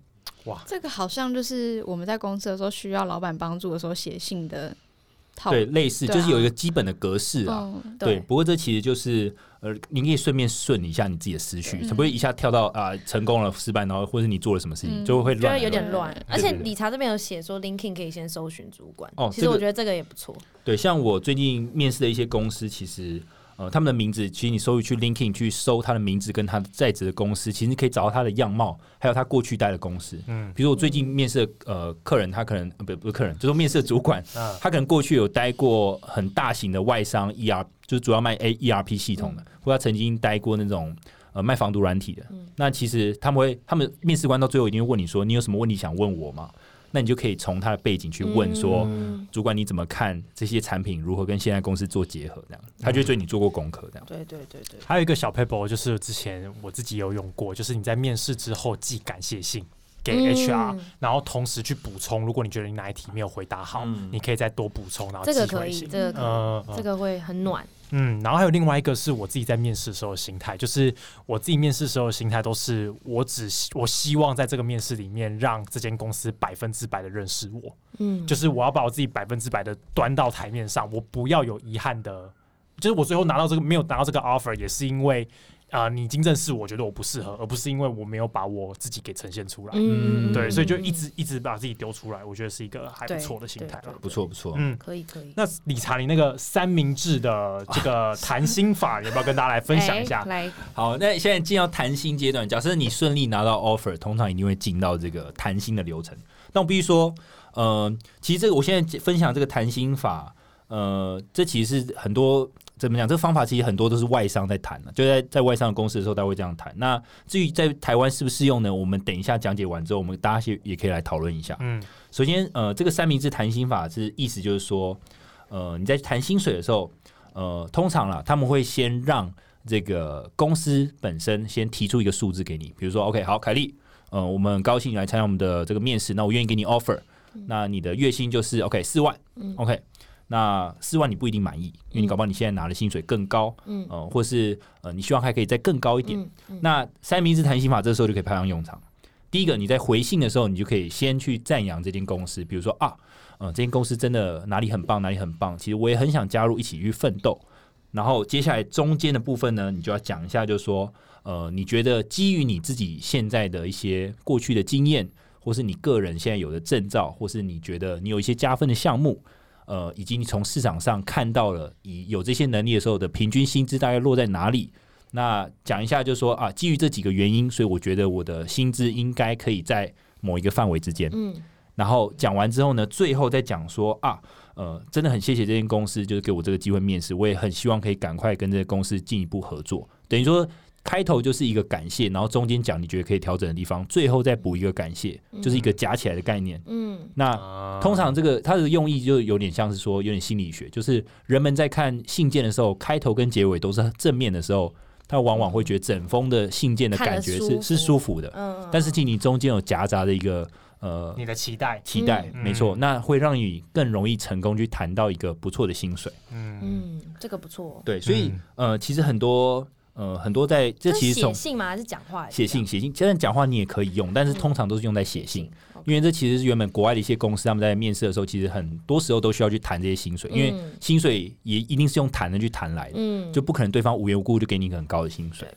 [SPEAKER 1] 这个好像就是我们在公司的时候需要老板帮助的时候写信的套
[SPEAKER 4] 对，类似
[SPEAKER 1] 对
[SPEAKER 4] 就是有
[SPEAKER 1] 啊
[SPEAKER 4] 一个基本的格式啊。
[SPEAKER 1] 嗯，
[SPEAKER 4] 对，不过这其实就是呃，你可以顺便顺一下你自己的思绪，
[SPEAKER 1] 对
[SPEAKER 4] 才不会一下跳到啊、成功了、失败，然后或者你做了什么事情，
[SPEAKER 1] 嗯
[SPEAKER 4] 就会
[SPEAKER 3] 觉
[SPEAKER 4] 乱来
[SPEAKER 3] 得啊
[SPEAKER 4] 乱
[SPEAKER 3] 有点乱
[SPEAKER 1] 对对。
[SPEAKER 3] 而且
[SPEAKER 4] 对
[SPEAKER 3] 理查这边有写说，LinkedIn 可以先搜寻主管。
[SPEAKER 4] 哦
[SPEAKER 3] 其
[SPEAKER 4] 这
[SPEAKER 3] 实
[SPEAKER 4] 个
[SPEAKER 3] 我觉得这个也不错。
[SPEAKER 4] 对，像我最近面试的一些公司，其实呃，他们的名字，其实你搜去 LinkedIn 去搜他的名字跟他在职的公司，其实你可以找到他的样貌，还有他过去待的公司。
[SPEAKER 2] 嗯
[SPEAKER 4] 嗯，比如我最近面试的呃客人，他可能呃不不是客人，就是面试的主 管，
[SPEAKER 2] 嗯
[SPEAKER 4] 他可能过去有待过很大型的外商 ER，就是主要卖 A ERP 系统的，或他曾经待过那种。呃，卖防毒软体的，那其实他们会，他们面试官到最后一定会问你说，你有什么问题想问我吗？那你就可以从他的背景去问说，主管你怎么看这些产品如何跟现在公司做结合？这样，他就会对你做过功课这样。
[SPEAKER 3] 对对对对，
[SPEAKER 2] 还有一个小 paper 就是之前我自己有用过，就是你在面试之后寄感谢信给
[SPEAKER 3] 嗯
[SPEAKER 2] HR，、然后同时去补充，如果你觉得你哪一题没有回答好，
[SPEAKER 4] 嗯
[SPEAKER 2] 你可以再多补充，然后
[SPEAKER 3] 这个
[SPEAKER 2] 寄回
[SPEAKER 3] 可以，
[SPEAKER 2] 信
[SPEAKER 3] 这个可以
[SPEAKER 2] 嗯嗯
[SPEAKER 3] 这个会很暖。
[SPEAKER 2] 嗯，然后还有另外一个是我自己在面试的时候的心态，就是我自己面试的时候的心态都是我只希我希望在这个面试里面让这间公司百分之百的认识我，
[SPEAKER 3] 嗯，
[SPEAKER 2] 就是我要把我自己百分之百的端到台面上，我不要有遗憾的。就是我最后拿到这个没有拿到这个 offer，也是因为啊、呃你已经认识我，觉得我不适合，而不是因为我没有把我自己给呈现出来。
[SPEAKER 4] 嗯
[SPEAKER 2] 对，所以就一直一直把自己丢出来，我觉得是一个还不
[SPEAKER 3] 对
[SPEAKER 2] 错的心态
[SPEAKER 3] 对
[SPEAKER 2] 了。
[SPEAKER 4] 不错不错，
[SPEAKER 2] 嗯，
[SPEAKER 3] 可以可以。
[SPEAKER 2] 那理查，你那个三明治的这 个谈心法，要不要跟大家来分享一下
[SPEAKER 3] 哦哎？来，
[SPEAKER 4] 好，那现在进到谈心阶段，假设你顺利拿到 offer，通常一定会进到这个谈心的流程。那我必须说，呃，其实这个我现在分享这个谈心法，呃，这其实是很多怎么讲，这个方法其实很多都是外商在谈的、就在在外商的公司的时候，他会这样谈。那至于在台湾适不适用呢？我们等一下讲解完之后，我们大家先也可以来讨论一下。
[SPEAKER 2] 嗯，
[SPEAKER 4] 首先，呃，这个三明治谈薪法是意思就是说，呃，你在谈薪水的时候，呃，通常啦，他们会先让这个公司本身先提出一个数字给你，比如说，OK，好，凯莉，呃，我们很高兴你来参加我们的这个面试，那我愿意给你 offer，、那你的月薪就是 OK 四万、o k 那四万你不一定满意，因为你搞不好你现在拿的薪水更高，
[SPEAKER 3] 嗯
[SPEAKER 4] 呃，或是呃，你希望还可以再更高一点。
[SPEAKER 3] 嗯嗯
[SPEAKER 4] 那三明治弹性法这时候就可以派上用场。第一个，你在回信的时候，你就可以先去赞扬这间公司，比如说啊，嗯、这间公司真的哪里很棒，哪里很棒，其实我也很想加入，一起去奋斗。然后接下来中间的部分呢，你就要讲一下，就是说，呃，你觉得基于你自己现在的一些过去的经验，或是你个人现在有的证照，或是你觉得你有一些加分的项目，呃，以及你从市场上看到了以有这些能力的时候的平均薪资大概落在哪里，那讲一下，就是说啊，基于这几个原因，所以我觉得我的薪资应该可以在某一个范围之间。
[SPEAKER 3] 嗯
[SPEAKER 4] 然后讲完之后呢，最后再讲说啊，呃，真的很谢谢这间公司，就是给我这个机会面试，我也很希望可以赶快跟这个公司进一步合作。等于说开头就是一个感谢，然后中间讲你觉得可以调整的地方，最后再补一个感谢，就是一个夹起来的概念。
[SPEAKER 3] 嗯
[SPEAKER 4] 那
[SPEAKER 2] 啊
[SPEAKER 4] 通常这个它的用意就有点像是说，有点心理学，就是人们在看信件的时候，开头跟结尾都是正面的时候，他往往会觉得整封的信件的
[SPEAKER 3] 看得
[SPEAKER 4] 感觉
[SPEAKER 3] 舒
[SPEAKER 4] 是
[SPEAKER 3] 服
[SPEAKER 4] 是舒服的，
[SPEAKER 3] 嗯，
[SPEAKER 4] 但是其实你中间有夹杂的一个呃
[SPEAKER 2] 你的期待，
[SPEAKER 4] 期待，
[SPEAKER 2] 嗯
[SPEAKER 4] 没错，那会让你更容易成功去谈到一个不错的薪水。
[SPEAKER 2] 嗯，
[SPEAKER 3] 嗯，这个不错。
[SPEAKER 4] 对，所以
[SPEAKER 2] 嗯、
[SPEAKER 4] 呃，其实很多呃很多在这
[SPEAKER 3] 是
[SPEAKER 4] 其实
[SPEAKER 3] 写
[SPEAKER 4] 从
[SPEAKER 3] 信吗？还是嗯讲话？
[SPEAKER 4] 写信，写信，虽然讲话你也可以用，但是通常都是用在写信，因为这其实是原本国外的一些公司他们在面试的时候，其实很多时候都需要去谈这些薪水，因为
[SPEAKER 3] 嗯
[SPEAKER 4] 薪水也一定是用谈的去谈来的，
[SPEAKER 3] 嗯，
[SPEAKER 4] 就不可能对方无缘无故就给你一个很高的薪水。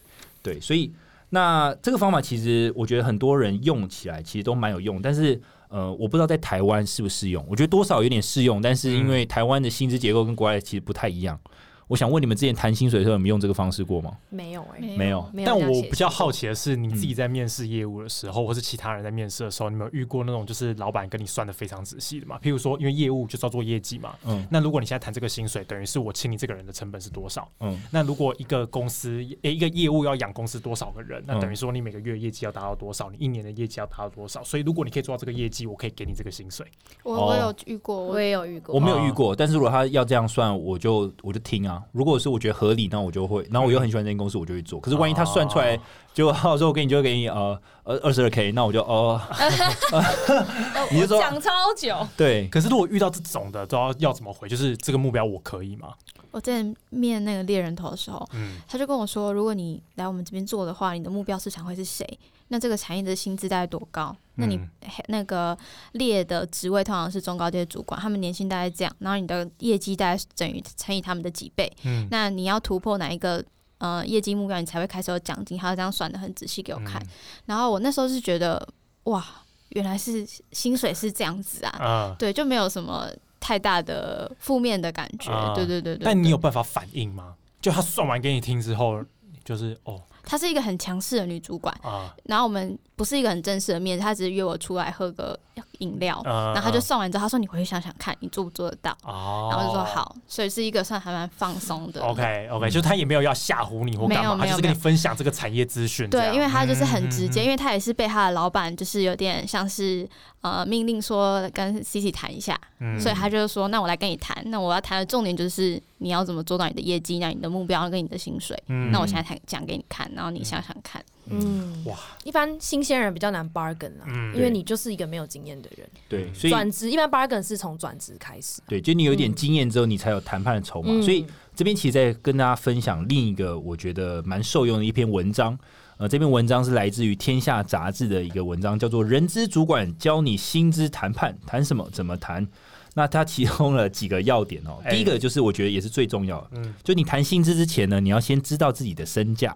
[SPEAKER 4] 对，所以那这个方法其实我觉得很多人用起来其实都蛮有用，但是呃，我不知道在台湾适不适用，我觉得多少有点适用，但是因为台湾的薪资结构跟国外其实不太一样。我想问你们之前谈薪水的时候有没有用这个方式过吗？
[SPEAKER 3] 没有哎，
[SPEAKER 4] 没有
[SPEAKER 3] 没有
[SPEAKER 2] 但
[SPEAKER 3] 这样
[SPEAKER 2] 我
[SPEAKER 3] 写
[SPEAKER 2] 比较
[SPEAKER 3] 信
[SPEAKER 2] 好奇的是，你自己在面试业务的时候，或是其他人在面试的时候，你有没有遇过那种就是老板跟你算的非常仔细的嘛？譬如说，因为业务就是要做业绩嘛，
[SPEAKER 4] 嗯
[SPEAKER 2] 那如果你现在谈这个薪水，等于是我请你这个人的成本是多少？
[SPEAKER 4] 嗯，
[SPEAKER 2] 那如果一个公司，诶、一个业务要养公司多少个人，那
[SPEAKER 4] 嗯
[SPEAKER 2] 等于说你每个月业绩要达到多少，你一年的业绩要达到多少？所以如果你可以做到这个业绩，我可以给你这个薪水。
[SPEAKER 1] 我
[SPEAKER 4] 哦
[SPEAKER 1] 我有遇过，
[SPEAKER 3] 我
[SPEAKER 1] 我
[SPEAKER 3] 也有遇过，
[SPEAKER 4] 我没有遇过，但是如果他要这样算，我就我就听啊。如果是我觉得合理，那我就会，然后我又很喜欢这间公司，我就会做。可是万一他算出来
[SPEAKER 2] 哦，
[SPEAKER 4] 结果他说我给你就 给你呃呃二十二 k，那我就哦，
[SPEAKER 3] 哦
[SPEAKER 4] 你是说
[SPEAKER 5] 讲超久，
[SPEAKER 4] 对，
[SPEAKER 2] 可是如果遇到这种的，都要要怎么回？就是这个目标我可以吗？
[SPEAKER 1] 我之前面那个猎人头的时候，
[SPEAKER 2] 嗯，
[SPEAKER 1] 他就跟我说，如果你来我们这边做的话，你的目标市场会是谁？那这个产业的薪资大概多高？那你、
[SPEAKER 2] 嗯
[SPEAKER 1] 那个列的职位通常是中高阶主管，他们年薪大概这样，然后你的业绩大概等于乘以他们的几倍。
[SPEAKER 2] 嗯
[SPEAKER 1] 那你要突破哪一个呃业绩目标，你才会开始有奖金？他这样算的很仔细给我看。
[SPEAKER 2] 嗯
[SPEAKER 1] 然后我那时候是觉得，哇，原来是薪水是这样子啊，
[SPEAKER 2] 啊。
[SPEAKER 1] 对，就没有什么太大的负面的感觉。
[SPEAKER 2] 啊
[SPEAKER 1] 对对对对。
[SPEAKER 2] 但你
[SPEAKER 1] 对
[SPEAKER 2] 有办法反应吗？就他算完给你听之后，就是哦
[SPEAKER 1] 她是一个很强势的女主管，
[SPEAKER 2] 啊，
[SPEAKER 1] 然后我们不是一个很正式的面，她只是约我出来喝个饮料，
[SPEAKER 2] 然
[SPEAKER 1] 哦然后她就算完之后，她说你回去想想看，你做不做得到。
[SPEAKER 2] 哦，
[SPEAKER 1] 然后我就说好，所以是一个算还蛮放松的。嗯
[SPEAKER 2] OK OK，
[SPEAKER 4] 嗯
[SPEAKER 2] 哦就他也没有要吓唬你或干嘛，
[SPEAKER 1] 没有
[SPEAKER 2] 他就是
[SPEAKER 1] 没
[SPEAKER 2] 跟
[SPEAKER 1] 有
[SPEAKER 2] 你分享这个产业资讯这样。
[SPEAKER 1] 对，因为她就是很直接，
[SPEAKER 2] 嗯
[SPEAKER 1] 因为她也是被她的老板就是有点像是呃命令说跟 Cici 谈一下，
[SPEAKER 2] 嗯
[SPEAKER 1] 所以她就说那我来跟你谈，那我要谈的重点就是你要怎么做到你的业绩，那你的目标跟你的薪水，
[SPEAKER 2] 嗯
[SPEAKER 1] 那我现在谈讲给你看，然后你想想看。
[SPEAKER 3] 嗯
[SPEAKER 2] 哇，
[SPEAKER 3] 一般新鲜人比较难 bargain 啊，
[SPEAKER 2] 嗯
[SPEAKER 3] 因为
[SPEAKER 4] 对
[SPEAKER 3] 你就是一个没有经验的人。
[SPEAKER 4] 对，所以
[SPEAKER 3] 转职一般 bargain 是从转职开始，
[SPEAKER 4] 对，就你有一点经验之后，你才有谈判的筹码。
[SPEAKER 3] 嗯
[SPEAKER 4] 所以这边其实在跟大家分享另一个我觉得蛮受用的一篇文章。呃，这篇文章是来自于《天下》杂志的一个文章，叫做《人资主管教你薪资谈判，谈什么，怎么谈》。 那它提供了几个要点哦。
[SPEAKER 2] 哎
[SPEAKER 4] 第一个就是我觉得也是最重要的，
[SPEAKER 2] 嗯
[SPEAKER 4] 就你谈薪资之前呢，你要先知道自己的身价。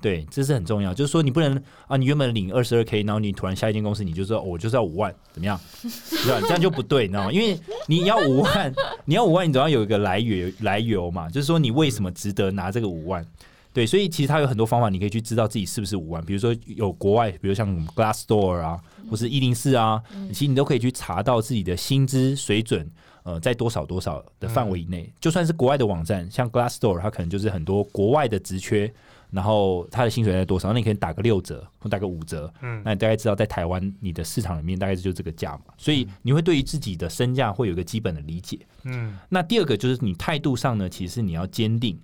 [SPEAKER 4] 对，这是很重要。就是说，你不能啊，你原本领二十二 k，然后你突然下一间公司，你就说、哦我就是要五万，怎么样？ 你知道这样就不对，你知道吗？因为你要五万，你要五万，你总要有一个来源来由嘛，就是说你为什么值得拿这个五万？对，所以其实它有很多方法，你可以去知道自己是不是五万，比如说有国外，比如像 Glassdoor 啊，或是一零四啊，其实你都可以去查到自己的薪资水准。呃在多少多少的范围以内，就算是国外的网站，像 Glassdoor，它可能就是很多国外的职缺，然后它的薪水在多少，那你可以打个六折或打个五折，
[SPEAKER 2] 嗯
[SPEAKER 4] 那你大概知道在台湾你的市场里面大概就这个价嘛，所以你会对于自己的身价会有一个基本的理解。
[SPEAKER 2] 嗯
[SPEAKER 4] 那第二个就是你态度上呢，其实你要坚定，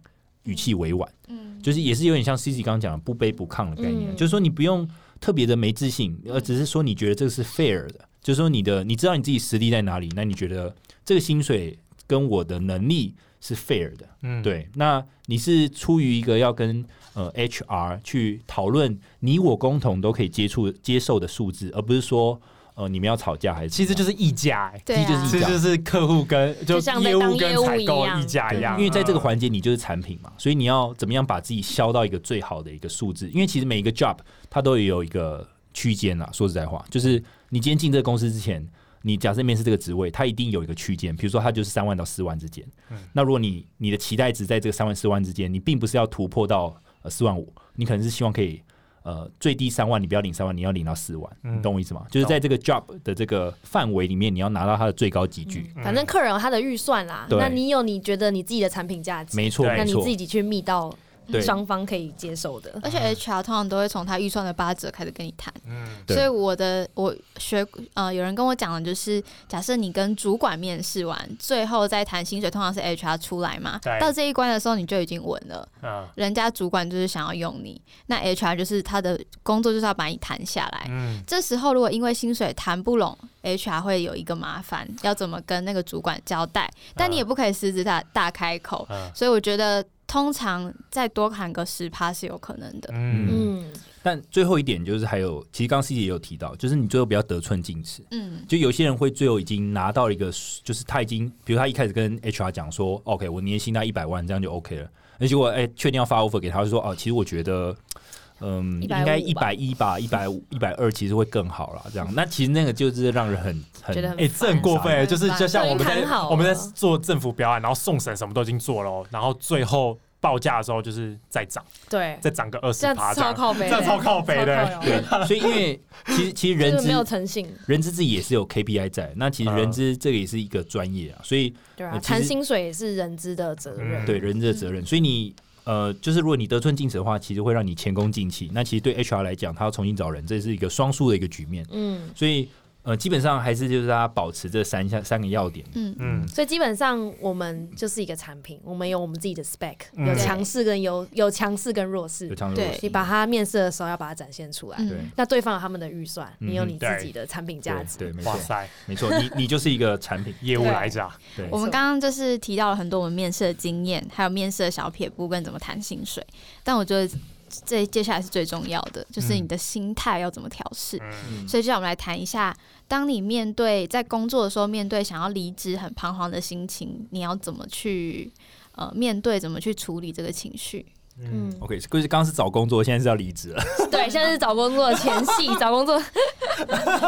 [SPEAKER 4] 语气委婉，
[SPEAKER 1] 嗯，
[SPEAKER 4] 就是也是有点像 C C 刚刚讲的不卑不亢的概念，
[SPEAKER 3] 嗯
[SPEAKER 4] 就是说你不用特别的没自信，而只是说你觉得这个是 fair 的，就是说你的你知道你自己实力在哪里，那你觉得这个薪水跟我的能力是 fair 的，
[SPEAKER 2] 嗯，
[SPEAKER 4] 对，那你是出于一个要跟呃 HR 去讨论你我共同都可以接触接受的数字，而不是说呃你们要吵架还是
[SPEAKER 2] 其实
[SPEAKER 4] 怎么样
[SPEAKER 2] 就是议价、欸，
[SPEAKER 1] 对啊，
[SPEAKER 2] 其实就是客户跟就
[SPEAKER 3] 就像在
[SPEAKER 2] 业
[SPEAKER 3] 当
[SPEAKER 2] 务跟
[SPEAKER 3] 业务
[SPEAKER 2] 采
[SPEAKER 3] 一
[SPEAKER 2] 购
[SPEAKER 3] 样
[SPEAKER 2] 议价一
[SPEAKER 4] 对
[SPEAKER 2] 样，
[SPEAKER 4] 因为在这个
[SPEAKER 2] 嗯
[SPEAKER 4] 环节你就是产品嘛，所以你要怎么样把自己销到一个最好的一个数字？因为其实每一个 job 它都有一个区间啊。说实在话，就是你今天进这个公司之前，你假设面试这个职位，它一定有一个区间，比如说它就是三万到四万之间。
[SPEAKER 2] 嗯
[SPEAKER 4] 那如果你你的期待值在这个三万四万之间，你并不是要突破到呃四万五，你可能是希望可以。呃，最低三万，你不要领三万，你要领到四万，
[SPEAKER 2] 嗯
[SPEAKER 4] 你懂我意思吗？就是在这个 job 的这个范围里面，你要拿到它的最高级
[SPEAKER 2] 嗯
[SPEAKER 4] 距。
[SPEAKER 3] 反正客人有他的预算啦，
[SPEAKER 4] 对
[SPEAKER 3] 那你有你觉得你自己的产品价值，
[SPEAKER 4] 没错，
[SPEAKER 2] 对
[SPEAKER 3] 那
[SPEAKER 4] 没
[SPEAKER 3] 你
[SPEAKER 4] 错，
[SPEAKER 3] 自己去密到
[SPEAKER 4] 对
[SPEAKER 3] 双方可以接受的。
[SPEAKER 1] 而且 HR 通常都会从他预算的八折开始跟你谈。
[SPEAKER 2] 嗯
[SPEAKER 4] 对
[SPEAKER 1] 所以我的我学呃，有人跟我讲的就是，假设你跟主管面试完，最后再谈薪水，通常是 HR 出来嘛
[SPEAKER 2] 对。
[SPEAKER 1] 到这一关的时候，你就已经稳了。
[SPEAKER 2] 啊
[SPEAKER 1] 人家主管就是想要用你，那 HR 就是他的工作就是要把你谈下来。
[SPEAKER 2] 嗯
[SPEAKER 1] 这时候如果因为薪水谈不拢，HR 会有一个麻烦，要怎么跟那个主管交代？但你也不可以狮子大大开口，
[SPEAKER 2] 嗯
[SPEAKER 1] 所以我觉得通常再多谈个十趴是有可能的。
[SPEAKER 2] 嗯
[SPEAKER 3] 嗯，
[SPEAKER 4] 但最后一点就是，还有其实刚 C 姐也有提到，就是你最后不要得寸进尺。
[SPEAKER 1] 嗯，
[SPEAKER 4] 就有些人会最后已经拿到一个，就是他已经，比如他一开始跟 HR 讲说，OK，我年薪大一百万，这样就 OK 了。而结果哎，确、定要发 offer 给他，就说哦，其实我觉得，嗯，应
[SPEAKER 3] 150
[SPEAKER 4] 该一百一吧，一百五、一百二其实会更好啦。这样，那其实那个就是让人很很
[SPEAKER 3] 嗯觉得很
[SPEAKER 2] 哎、这很过分、欸，
[SPEAKER 1] 很
[SPEAKER 2] 就是
[SPEAKER 1] 烦
[SPEAKER 2] 就像我们
[SPEAKER 3] 对很
[SPEAKER 2] 在
[SPEAKER 3] 好啊
[SPEAKER 2] 我们在做政府标案，然后送审什么都已经做了哦，然后最后报价的时候就是再涨，
[SPEAKER 3] 对，
[SPEAKER 2] 再涨个二十
[SPEAKER 3] 这样
[SPEAKER 2] 趴，
[SPEAKER 3] 超靠背的，
[SPEAKER 2] 这样超靠北的欸嗯
[SPEAKER 3] 超靠
[SPEAKER 4] 对，
[SPEAKER 3] 腰
[SPEAKER 4] 所以因为其实其实人
[SPEAKER 3] 就是
[SPEAKER 4] 资
[SPEAKER 3] 没有嗯诚信，
[SPEAKER 4] 人资自己也是有 KPI 在，那其实人资这个也是一个专业啊，所以
[SPEAKER 3] 对
[SPEAKER 4] 呃
[SPEAKER 3] 啊，
[SPEAKER 4] 其实
[SPEAKER 3] 谈薪水也是人资的责任
[SPEAKER 2] 嗯。
[SPEAKER 4] 对人的责任，所以你呃，就是如果你得寸进尺的话，其实会让你前功尽弃。那其实对 HR 来讲，他要重新找人，这是一个双输的一个局面。
[SPEAKER 3] 嗯，
[SPEAKER 4] 所以呃，基本上还是就是大家保持这三项三个要点。
[SPEAKER 1] 嗯，
[SPEAKER 2] 嗯，
[SPEAKER 3] 所以基本上我们就是一个产品，我们有我们自己的 spec，
[SPEAKER 2] 嗯
[SPEAKER 3] 有强势跟有有强势跟弱
[SPEAKER 4] 有
[SPEAKER 3] 势，
[SPEAKER 4] 强弱
[SPEAKER 1] 对
[SPEAKER 4] 势
[SPEAKER 3] 你把它面试的时候要把它展现出来。
[SPEAKER 1] 嗯
[SPEAKER 4] 对
[SPEAKER 3] 那对方有他们的预算，
[SPEAKER 4] 嗯
[SPEAKER 3] 你有你自
[SPEAKER 2] 对
[SPEAKER 3] 己的产品价
[SPEAKER 4] 对
[SPEAKER 3] 值。
[SPEAKER 4] 对，没
[SPEAKER 2] 哇
[SPEAKER 4] 错
[SPEAKER 2] 塞，
[SPEAKER 4] 没错，你你就是一个产品。
[SPEAKER 2] 业务
[SPEAKER 3] 对啊
[SPEAKER 2] 来着，
[SPEAKER 4] 对
[SPEAKER 1] 我们刚刚就是提到了很多我们面试的经验，还有面试的小撇步跟怎么谈薪水。但我觉得这接下来是最重要的，就是你的心态要怎么调试。
[SPEAKER 2] 嗯
[SPEAKER 4] 嗯
[SPEAKER 1] 所以，就让我们来谈一下，当你面对在工作的时候，面对想要离职很彷徨的心情，你要怎么去呃面对，怎么去处理这个情绪？
[SPEAKER 2] 嗯
[SPEAKER 3] 嗯，
[SPEAKER 4] OK，就是刚刚是找工作，现在是要离职了。
[SPEAKER 3] 对，现在是找工作的前戏，找工作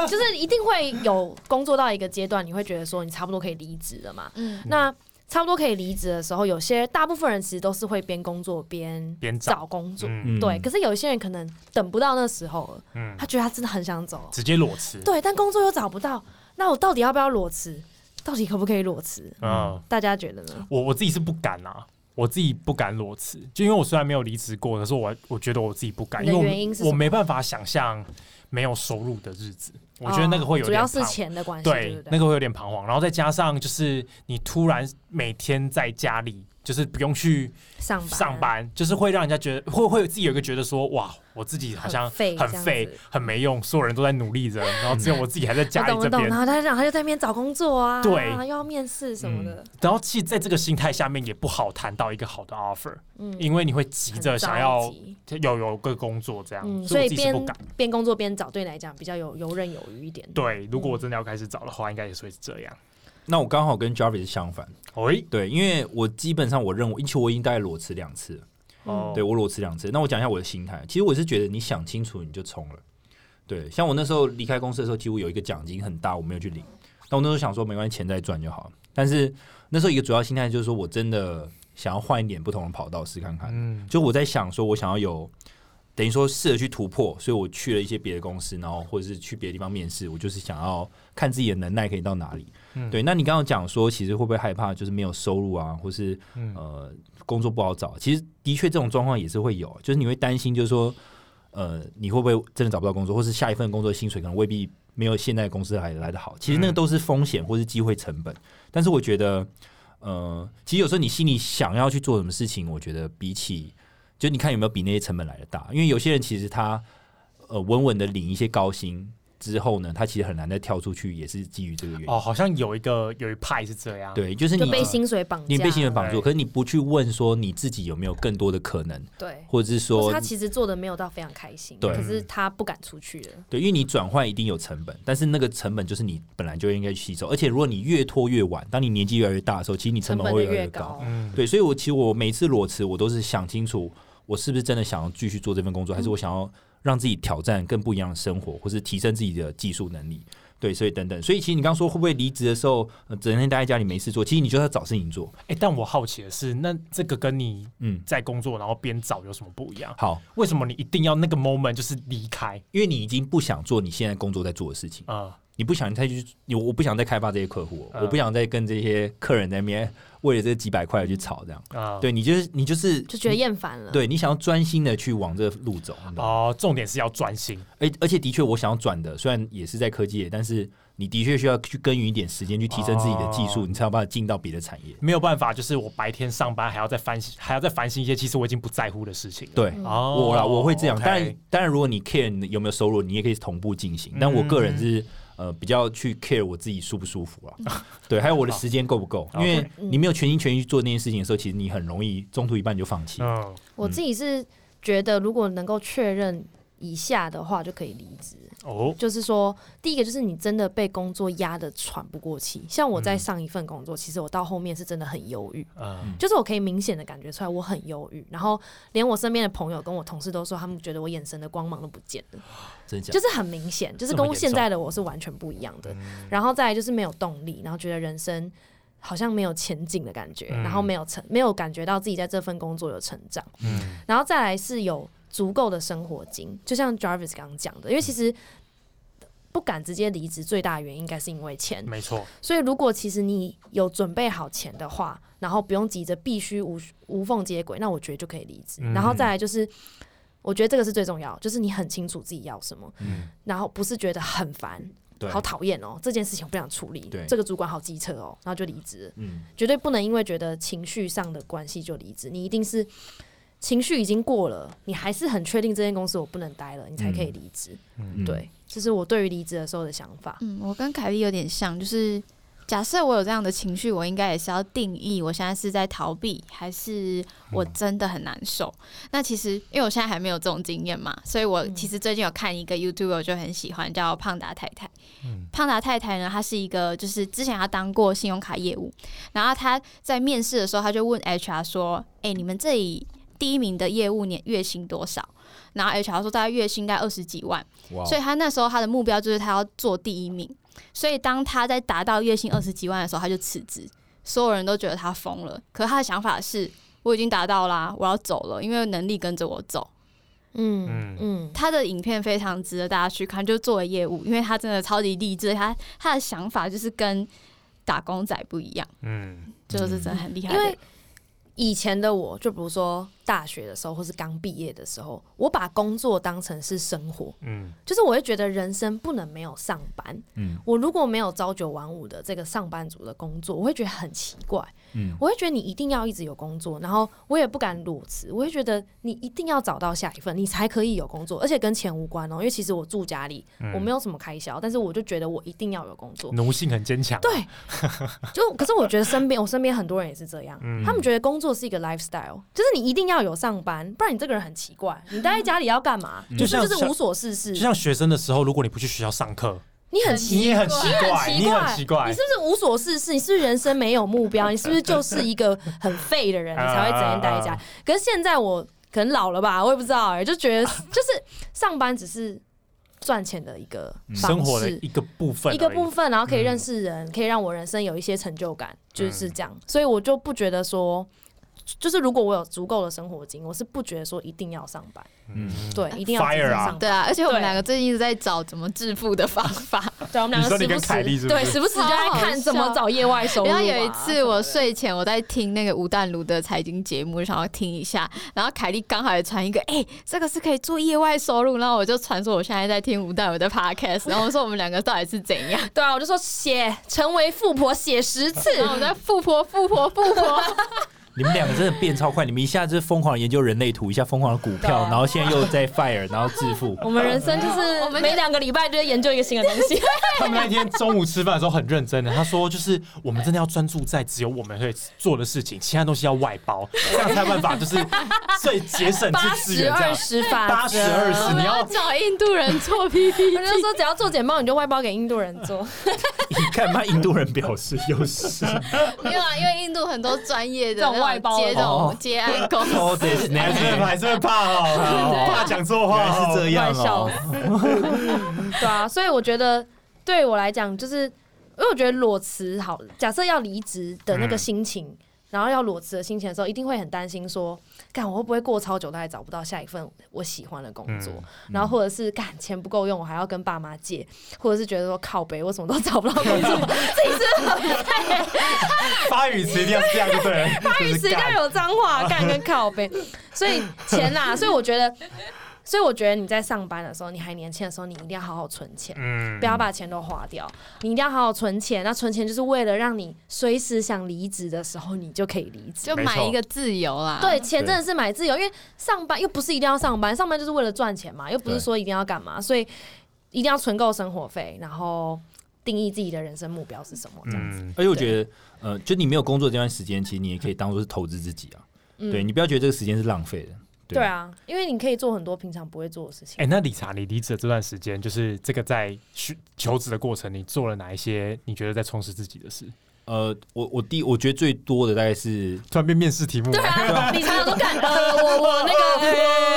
[SPEAKER 3] 就是一定会有工作到一个阶段，你会觉得说你差不多可以离职了嘛？
[SPEAKER 1] 嗯
[SPEAKER 3] 那差不多可以离职的时候，有些大部分人其实都是会边工作边
[SPEAKER 2] 边找
[SPEAKER 3] 找工作，
[SPEAKER 2] 嗯
[SPEAKER 3] 对。可是有一些人可能等不到那时候了，
[SPEAKER 2] 嗯
[SPEAKER 3] 他，觉得他真的很想走，
[SPEAKER 2] 直接裸辞，
[SPEAKER 3] 对，但工作又找不到，那我到底要不要裸辞？到底可不可以裸辞？
[SPEAKER 2] 嗯。
[SPEAKER 3] 大家觉得呢？
[SPEAKER 2] 我我自己是不敢啊，我自己不敢裸辞，就因为我虽然没有离职过，可是我我觉得我自己不敢，
[SPEAKER 3] 你
[SPEAKER 2] 因
[SPEAKER 3] 的
[SPEAKER 2] 为我
[SPEAKER 3] 原因是什么
[SPEAKER 2] 我没办法想象没有收入的日子，我觉得那个会有
[SPEAKER 3] 哦主
[SPEAKER 2] 点
[SPEAKER 3] 要
[SPEAKER 2] 彷
[SPEAKER 3] 是钱的关系，对
[SPEAKER 2] 对
[SPEAKER 3] 不，对？
[SPEAKER 2] 那个会有点彷徨，然后再加上就是你突然每天在家里。就是不用去
[SPEAKER 3] 上班
[SPEAKER 2] 上班，就是会让人家觉得会会自己有一个觉得说哇，我自己好像
[SPEAKER 3] 很废
[SPEAKER 2] 很
[SPEAKER 3] 这样
[SPEAKER 2] 废
[SPEAKER 3] 子
[SPEAKER 2] 很没用，所有人都在努力着，然后只有我自己还在
[SPEAKER 3] 我
[SPEAKER 2] 家里
[SPEAKER 3] 懂我
[SPEAKER 2] 这
[SPEAKER 3] 懂，
[SPEAKER 2] 边
[SPEAKER 3] 然。后他然后他就在那边找工作啊，
[SPEAKER 2] 对
[SPEAKER 3] 又要面试什么的，
[SPEAKER 2] 然后其实在这个心态下面也不好谈到一个好的 offer，
[SPEAKER 3] 嗯，
[SPEAKER 2] 因为你会急
[SPEAKER 3] 很
[SPEAKER 2] 着想要
[SPEAKER 3] 着急
[SPEAKER 2] 有有个工作这样，
[SPEAKER 3] 嗯，
[SPEAKER 2] 所
[SPEAKER 3] 所
[SPEAKER 2] 以
[SPEAKER 3] 以
[SPEAKER 2] 我自己是
[SPEAKER 3] 边
[SPEAKER 2] 不敢。
[SPEAKER 3] 边工作边找，对你来讲比较有游刃有余一点。
[SPEAKER 2] 对，如果我真的要开始找的话，应该也是会是这样。
[SPEAKER 4] 那我刚好跟 Jarvis 是相反，
[SPEAKER 2] 喂、
[SPEAKER 4] 对，因为我基本上我认为，因为我已经大概裸辞两次了，
[SPEAKER 3] 嗯
[SPEAKER 2] 哦，
[SPEAKER 4] 对我裸辞两次。那我讲一下我的心态，其实我是觉得你想清楚你就冲了。对，像我那时候离开公司的时候，其实我有一个奖金很大，我没有去领。那我那时候想说没关系，钱再赚就好。但是那时候一个主要心态就是说我真的想要换一点不同的跑道试看看。
[SPEAKER 2] 嗯
[SPEAKER 4] 就我在想说，我想要有等于说试着去突破，所以我去了一些别的公司，然后或者是去别的地方面试，我就是想要看自己的能耐可以到哪里。
[SPEAKER 2] 嗯
[SPEAKER 4] 对，那你刚刚讲说，其实会不会害怕就是没有收入啊，或是
[SPEAKER 2] 嗯
[SPEAKER 4] 呃工作不好找？其实的确这种状况也是会有，就是你会担心，就是说呃你会不会真的找不到工作，或是下一份工作的薪水可能未必没有现在的公司来来的好。其实那个
[SPEAKER 2] 嗯
[SPEAKER 4] 都是风险或是机会成本，但是我觉得。呃，其实有时候你心里想要去做什么事情，我觉得比起就你看有没有比那些成本来的大，因为有些人其实他呃稳稳的领一些高薪之后呢，他其实很难再跳出去，也是基于这个原因。
[SPEAKER 2] 哦，好像有一个有一派是这样，，
[SPEAKER 4] 对，就是
[SPEAKER 3] 就
[SPEAKER 4] 你
[SPEAKER 3] 被薪水绑架，
[SPEAKER 4] 你被薪水绑住，
[SPEAKER 2] 对
[SPEAKER 4] 可是你不去问说你自己有没有更多的可能，
[SPEAKER 3] 对。
[SPEAKER 4] 或者是
[SPEAKER 3] 或是
[SPEAKER 4] 说
[SPEAKER 3] 他其实做的没有到非常开心，
[SPEAKER 4] 对
[SPEAKER 3] 可是他不敢出去了。
[SPEAKER 4] 对，因为你转换一定有成本，但是那个成本就是你本来就应该去吸收，而且如果你越拖越晚，当你年纪越来越大的时候，其实你成
[SPEAKER 3] 成
[SPEAKER 4] 本
[SPEAKER 3] 本
[SPEAKER 4] 会
[SPEAKER 3] 就
[SPEAKER 4] 越来越
[SPEAKER 3] 越
[SPEAKER 4] 高。
[SPEAKER 2] 嗯，
[SPEAKER 4] 对，所以我其实我每一次裸辞，我都是想清楚，我是不是真的想要继续做这份工作，还
[SPEAKER 3] 嗯
[SPEAKER 4] 是我想要让自己挑战更不一样的生活，或是提升自己的技术能力。对，所以等等，所以其实你刚说会不会离职的时候，呃整天待在家里没事做，其实你就要找事情做。
[SPEAKER 2] 哎、但我好奇的是，那这个跟你
[SPEAKER 4] 嗯，
[SPEAKER 2] 在工作然后边找有什么不一样？
[SPEAKER 4] 好，
[SPEAKER 2] 为什么你一定要那个 moment 就是离开？
[SPEAKER 4] 因为你已经不想做你现在工作在做的事情，
[SPEAKER 2] 呃，
[SPEAKER 4] 你不想再去，你我不想再开发这些客户，
[SPEAKER 2] 嗯
[SPEAKER 4] 我不想再跟这些客人在那边为了这几百块去吵这样。
[SPEAKER 2] 啊、
[SPEAKER 4] 对你就是你就是
[SPEAKER 3] 嗯就觉得厌烦了。，
[SPEAKER 4] 对你想要专心的去往这个路走。你懂吗
[SPEAKER 2] 哦、重点是要专心，
[SPEAKER 4] 而而且的确，我想要转的，虽然也是在科技业，但是你的确需要去耕耘一点时间，去提升自己的技术，
[SPEAKER 2] 哦
[SPEAKER 4] 你才有办法进到别的产业。
[SPEAKER 2] 没有办法，就是我白天上班还要再反省，还要再反省一些其实我已经不在乎的事情了。
[SPEAKER 4] 对，
[SPEAKER 2] 哦，
[SPEAKER 4] 我啦，我会这样。
[SPEAKER 2] OK
[SPEAKER 4] 当然，当然，如果你 care 你有没有收入，你也可以同步进行。但我个
[SPEAKER 2] 嗯
[SPEAKER 4] 人是呃比较去 care 我自己舒不舒服
[SPEAKER 3] 嗯
[SPEAKER 4] 啦， 对，还有我的时间够不够，
[SPEAKER 2] 好
[SPEAKER 4] 因为
[SPEAKER 2] OK
[SPEAKER 4] 你没有全心全意去做那件事情的时候，其实你很容易中途一半就放弃。
[SPEAKER 2] 嗯，
[SPEAKER 3] 我自己是觉得，如果能够确认以下的话，就可以离职。
[SPEAKER 2] 哦，
[SPEAKER 3] 就是说，第一个就是你真的被工作压得喘不过气。像我在
[SPEAKER 2] 嗯
[SPEAKER 3] 上一份工作，其实我到后面是真的很忧郁，
[SPEAKER 2] 嗯，
[SPEAKER 3] 就是我可以明显的感觉出来我很忧郁，然后连我身边的朋友跟我同事都说，他们觉得我眼神的光芒都不见了，
[SPEAKER 4] 真的假
[SPEAKER 3] 就
[SPEAKER 4] 的？
[SPEAKER 3] 是很明显，就是
[SPEAKER 2] 这么
[SPEAKER 3] 跟
[SPEAKER 2] 严嗯
[SPEAKER 3] 现在的我是完全不一样的。然后再来就是没有动力，然后觉得人生好像没有前景的感觉，
[SPEAKER 2] 嗯
[SPEAKER 3] 然后没有成，没有感觉到自己在这份工作有成长。
[SPEAKER 2] 嗯
[SPEAKER 3] 然后再来是有足够的生活金，就像 Jarvis 刚刚讲的，因为其实不敢直接离职，最大的原因应该是因为
[SPEAKER 4] 嗯
[SPEAKER 3] 钱。
[SPEAKER 2] 没错，
[SPEAKER 3] 所以如果其实你有准备好钱的话，然后不用急着必须无无缝接轨，那我觉得就可以离职。
[SPEAKER 2] 嗯
[SPEAKER 3] 然后再来就是。我觉得这个是最重要，就是你很清楚自己要什么，
[SPEAKER 4] 嗯
[SPEAKER 3] 然后不是觉得很烦，
[SPEAKER 4] 对，
[SPEAKER 3] 好讨厌哦，这件事情我不想处理
[SPEAKER 4] 对，
[SPEAKER 3] 这个主管好机车哦，然后就离职了。
[SPEAKER 4] 嗯，
[SPEAKER 3] 绝对不能因为觉得情绪上的关系就离职，你一定是情绪已经过了，你还是很确定这间公司我不能待了，你才可以离职。
[SPEAKER 4] 嗯，
[SPEAKER 3] 对，这是我对于离职的时候的想法。
[SPEAKER 1] 嗯，我跟凯莉有点像，就是假设我有这样的情绪，我应该也是要定义我现在是在逃避，还是我真的很难受。那其实因为我现在还没有这种经验嘛，所以我
[SPEAKER 3] 嗯
[SPEAKER 1] 其实最近有看一个 YouTube，我就很喜欢，叫胖达太太。
[SPEAKER 2] 嗯
[SPEAKER 1] 胖达太太呢，她是一个就是之前她当过信用卡业务，然后她在面试的时候，她就问 HR 说：“哎、你们这里第一名的业务年月薪多少？”然后 HR 说大概月薪大概二十几万。
[SPEAKER 4] 哇哦，
[SPEAKER 1] 所以他那时候他的目标就是他要做第一名。所以当他在达到月薪二十几万的时候，他就辞职，所有人都觉得他疯了。可他的想法是，我已经达到啦，我要走了，因为能力跟着我走。
[SPEAKER 3] 嗯
[SPEAKER 2] 嗯
[SPEAKER 3] 嗯
[SPEAKER 1] 他的影片非常值得大家去看，就作为业务，因为他真的超级励志，他他的想法就是跟打工仔不一样，
[SPEAKER 2] 嗯
[SPEAKER 1] 就是真的很厉害
[SPEAKER 3] 因
[SPEAKER 1] 的人。
[SPEAKER 3] 为以前的我，就比如说大学的时候，或是刚毕业的时候，我把工作当成是生活，
[SPEAKER 2] 嗯
[SPEAKER 3] 就是我会觉得人生不能没有上班。
[SPEAKER 4] 嗯
[SPEAKER 3] 我如果没有朝九晚五的这个上班族的工作，我会觉得很奇怪。
[SPEAKER 4] 嗯
[SPEAKER 3] 我会觉得你一定要一直有工作，然后我也不敢裸辞，我会觉得你一定要找到下一份，你才可以有工作，而且跟钱无关哦。因为其实我住家里，
[SPEAKER 2] 嗯
[SPEAKER 3] 我没有什么开销，但是我就觉得我一定要有工作。
[SPEAKER 2] 奴性很坚强，
[SPEAKER 3] 对，就可是我觉得身边我身边很多人也是这样，
[SPEAKER 2] 嗯
[SPEAKER 3] 他们觉得工作是一个 lifestyle，就是你一定要有上班，不然你这个人很奇怪，你待在家里要干嘛？
[SPEAKER 4] 嗯
[SPEAKER 3] 你是不
[SPEAKER 2] 就是像
[SPEAKER 3] 就是无所事事
[SPEAKER 2] 就，像学生的时候，如果你不去学校上课，
[SPEAKER 3] 你很
[SPEAKER 2] 你
[SPEAKER 3] 奇
[SPEAKER 2] 也很奇怪，
[SPEAKER 3] 你很奇怪
[SPEAKER 2] 你很奇怪
[SPEAKER 1] 哎
[SPEAKER 3] 你是，
[SPEAKER 4] 嗯
[SPEAKER 3] 不是无所事事？你是不是人生没有目标？你是不是就是一个很废的人，你才会整天待在
[SPEAKER 2] 啊
[SPEAKER 3] 家
[SPEAKER 2] 啊？
[SPEAKER 3] 可是现在我可能老了吧，我也不知道哎、就觉得就是上班只是赚钱的一个方
[SPEAKER 2] 生活的
[SPEAKER 3] 式。
[SPEAKER 2] 一个部分而已，
[SPEAKER 3] 一个部分，然后可以
[SPEAKER 2] 嗯嗯
[SPEAKER 3] 认识人，可以让我人生有一些成就感，就是这样。所以我就不觉得说就是如果我有足够的生活经，我是不觉得说一定要上班，
[SPEAKER 4] 嗯，
[SPEAKER 3] 对，一定要
[SPEAKER 2] Fire
[SPEAKER 3] 积极
[SPEAKER 2] 啊
[SPEAKER 3] 上班。
[SPEAKER 1] 对啊，而且我们
[SPEAKER 3] 对
[SPEAKER 1] 两个最近一直在找怎么致富的方法。
[SPEAKER 3] 对，我们
[SPEAKER 2] 你
[SPEAKER 3] 两
[SPEAKER 2] 说
[SPEAKER 3] 个
[SPEAKER 2] 你
[SPEAKER 3] 时
[SPEAKER 2] 跟
[SPEAKER 3] 不
[SPEAKER 2] 凯莉
[SPEAKER 3] 时
[SPEAKER 2] 是不
[SPEAKER 3] 对
[SPEAKER 2] 是
[SPEAKER 3] 时不时就在
[SPEAKER 1] 超好
[SPEAKER 3] 看怎么
[SPEAKER 1] 笑
[SPEAKER 3] 找业外收入啊。
[SPEAKER 1] 然后有一次我
[SPEAKER 3] 对不对
[SPEAKER 1] 睡前我在听那个吴淡如的财经节目，想要听一下，然后凯莉刚好也传一个，哎、这个是可以做业外收入，然后我就传说我现在在听吴淡如的 podcast，然后我说我们两个到底是怎样？
[SPEAKER 3] 对啊，我就说写成为富婆写十 次，
[SPEAKER 1] 然后我在富婆富婆 富婆，
[SPEAKER 4] 你们两个真的变超快，你们一下子疯狂地研究人类图，一下疯狂的股
[SPEAKER 3] 对
[SPEAKER 4] 票，
[SPEAKER 3] 啊
[SPEAKER 4] 然后现在又在 fire，然后致富。
[SPEAKER 3] 我们人生就是 我们每两个礼拜就在研究一个新的东 西。
[SPEAKER 2] 他们那天中午吃饭的时候很认真的，他说就是我们真的要专注在只有我们会做的事情，其他东西要外包，这样才有办法就是最节省
[SPEAKER 3] 八
[SPEAKER 2] 这资
[SPEAKER 3] 十
[SPEAKER 2] 源这
[SPEAKER 3] 二
[SPEAKER 2] 样。
[SPEAKER 3] 十法则，
[SPEAKER 2] 八十 二
[SPEAKER 1] 我
[SPEAKER 2] 十，
[SPEAKER 1] 们
[SPEAKER 2] 你
[SPEAKER 1] 要
[SPEAKER 2] 要
[SPEAKER 1] 找印度人做 PPT，
[SPEAKER 3] 人家说只要做简报，你就外包给印度人做。
[SPEAKER 4] 你看嘛，印度人表示又是
[SPEAKER 1] 没有啊，因为印度很多专业的
[SPEAKER 3] 这种外包
[SPEAKER 1] 接这
[SPEAKER 4] 哦
[SPEAKER 1] 种接案公司。
[SPEAKER 4] 哦，对，
[SPEAKER 2] 还是会怕，还是会怕哦，怕讲错
[SPEAKER 4] 原
[SPEAKER 2] 话
[SPEAKER 4] 来
[SPEAKER 2] 哦，
[SPEAKER 4] 是这样
[SPEAKER 3] 乱笑
[SPEAKER 4] 哦。
[SPEAKER 3] 对啊，所以我觉得对我来讲，就是因为我觉得裸辞好，假设要离职的
[SPEAKER 2] 嗯
[SPEAKER 3] 那个心情。然后要裸辞的心情的时候，一定会很担心说，干我会不会过超久都还找不到下一份我喜欢的工作？
[SPEAKER 2] 嗯
[SPEAKER 3] 然后或者是干钱不够用，我还要跟爸妈借，或者是觉得说靠北，我什么都找不到工 作，
[SPEAKER 2] 发语词一定要这样就对了，发
[SPEAKER 3] 语词应该有脏话，干跟 靠背，所以钱啦，所以我觉得，所以我觉得你在上班的时候，你还年轻的时候，你一定要好好存钱。
[SPEAKER 2] 嗯
[SPEAKER 3] 不要把钱都花掉，你一定要好好存钱。那存钱就是为了让你随时想离职的时候，你就可以离职。
[SPEAKER 1] 就买一个自由啦，
[SPEAKER 3] 对，钱真的是买自由，因为上班又不是一定要上班，上班就是为了赚钱嘛，又不是说一定要干嘛，所以一定要存够生活费，然后定义自己的人生目标是什么这样子。
[SPEAKER 2] 嗯，
[SPEAKER 4] 而且我觉得，呃，就你没有工作这段时间，其实你也可以当做是投资自己啊。
[SPEAKER 3] 嗯
[SPEAKER 4] 对你不要觉得这个时间是浪费的。对
[SPEAKER 3] 对啊，因为你可以做很多平常不会做的事情。
[SPEAKER 2] 哎，那理查，你离职的这段时间，就是这个在去求职的过程，你做了哪一些你觉得在充实自己的事？
[SPEAKER 4] 呃，我我第我觉得最多的大概是
[SPEAKER 2] 突然变面试题目，
[SPEAKER 3] 对啊，理查都敢呃，我我那个
[SPEAKER 4] 没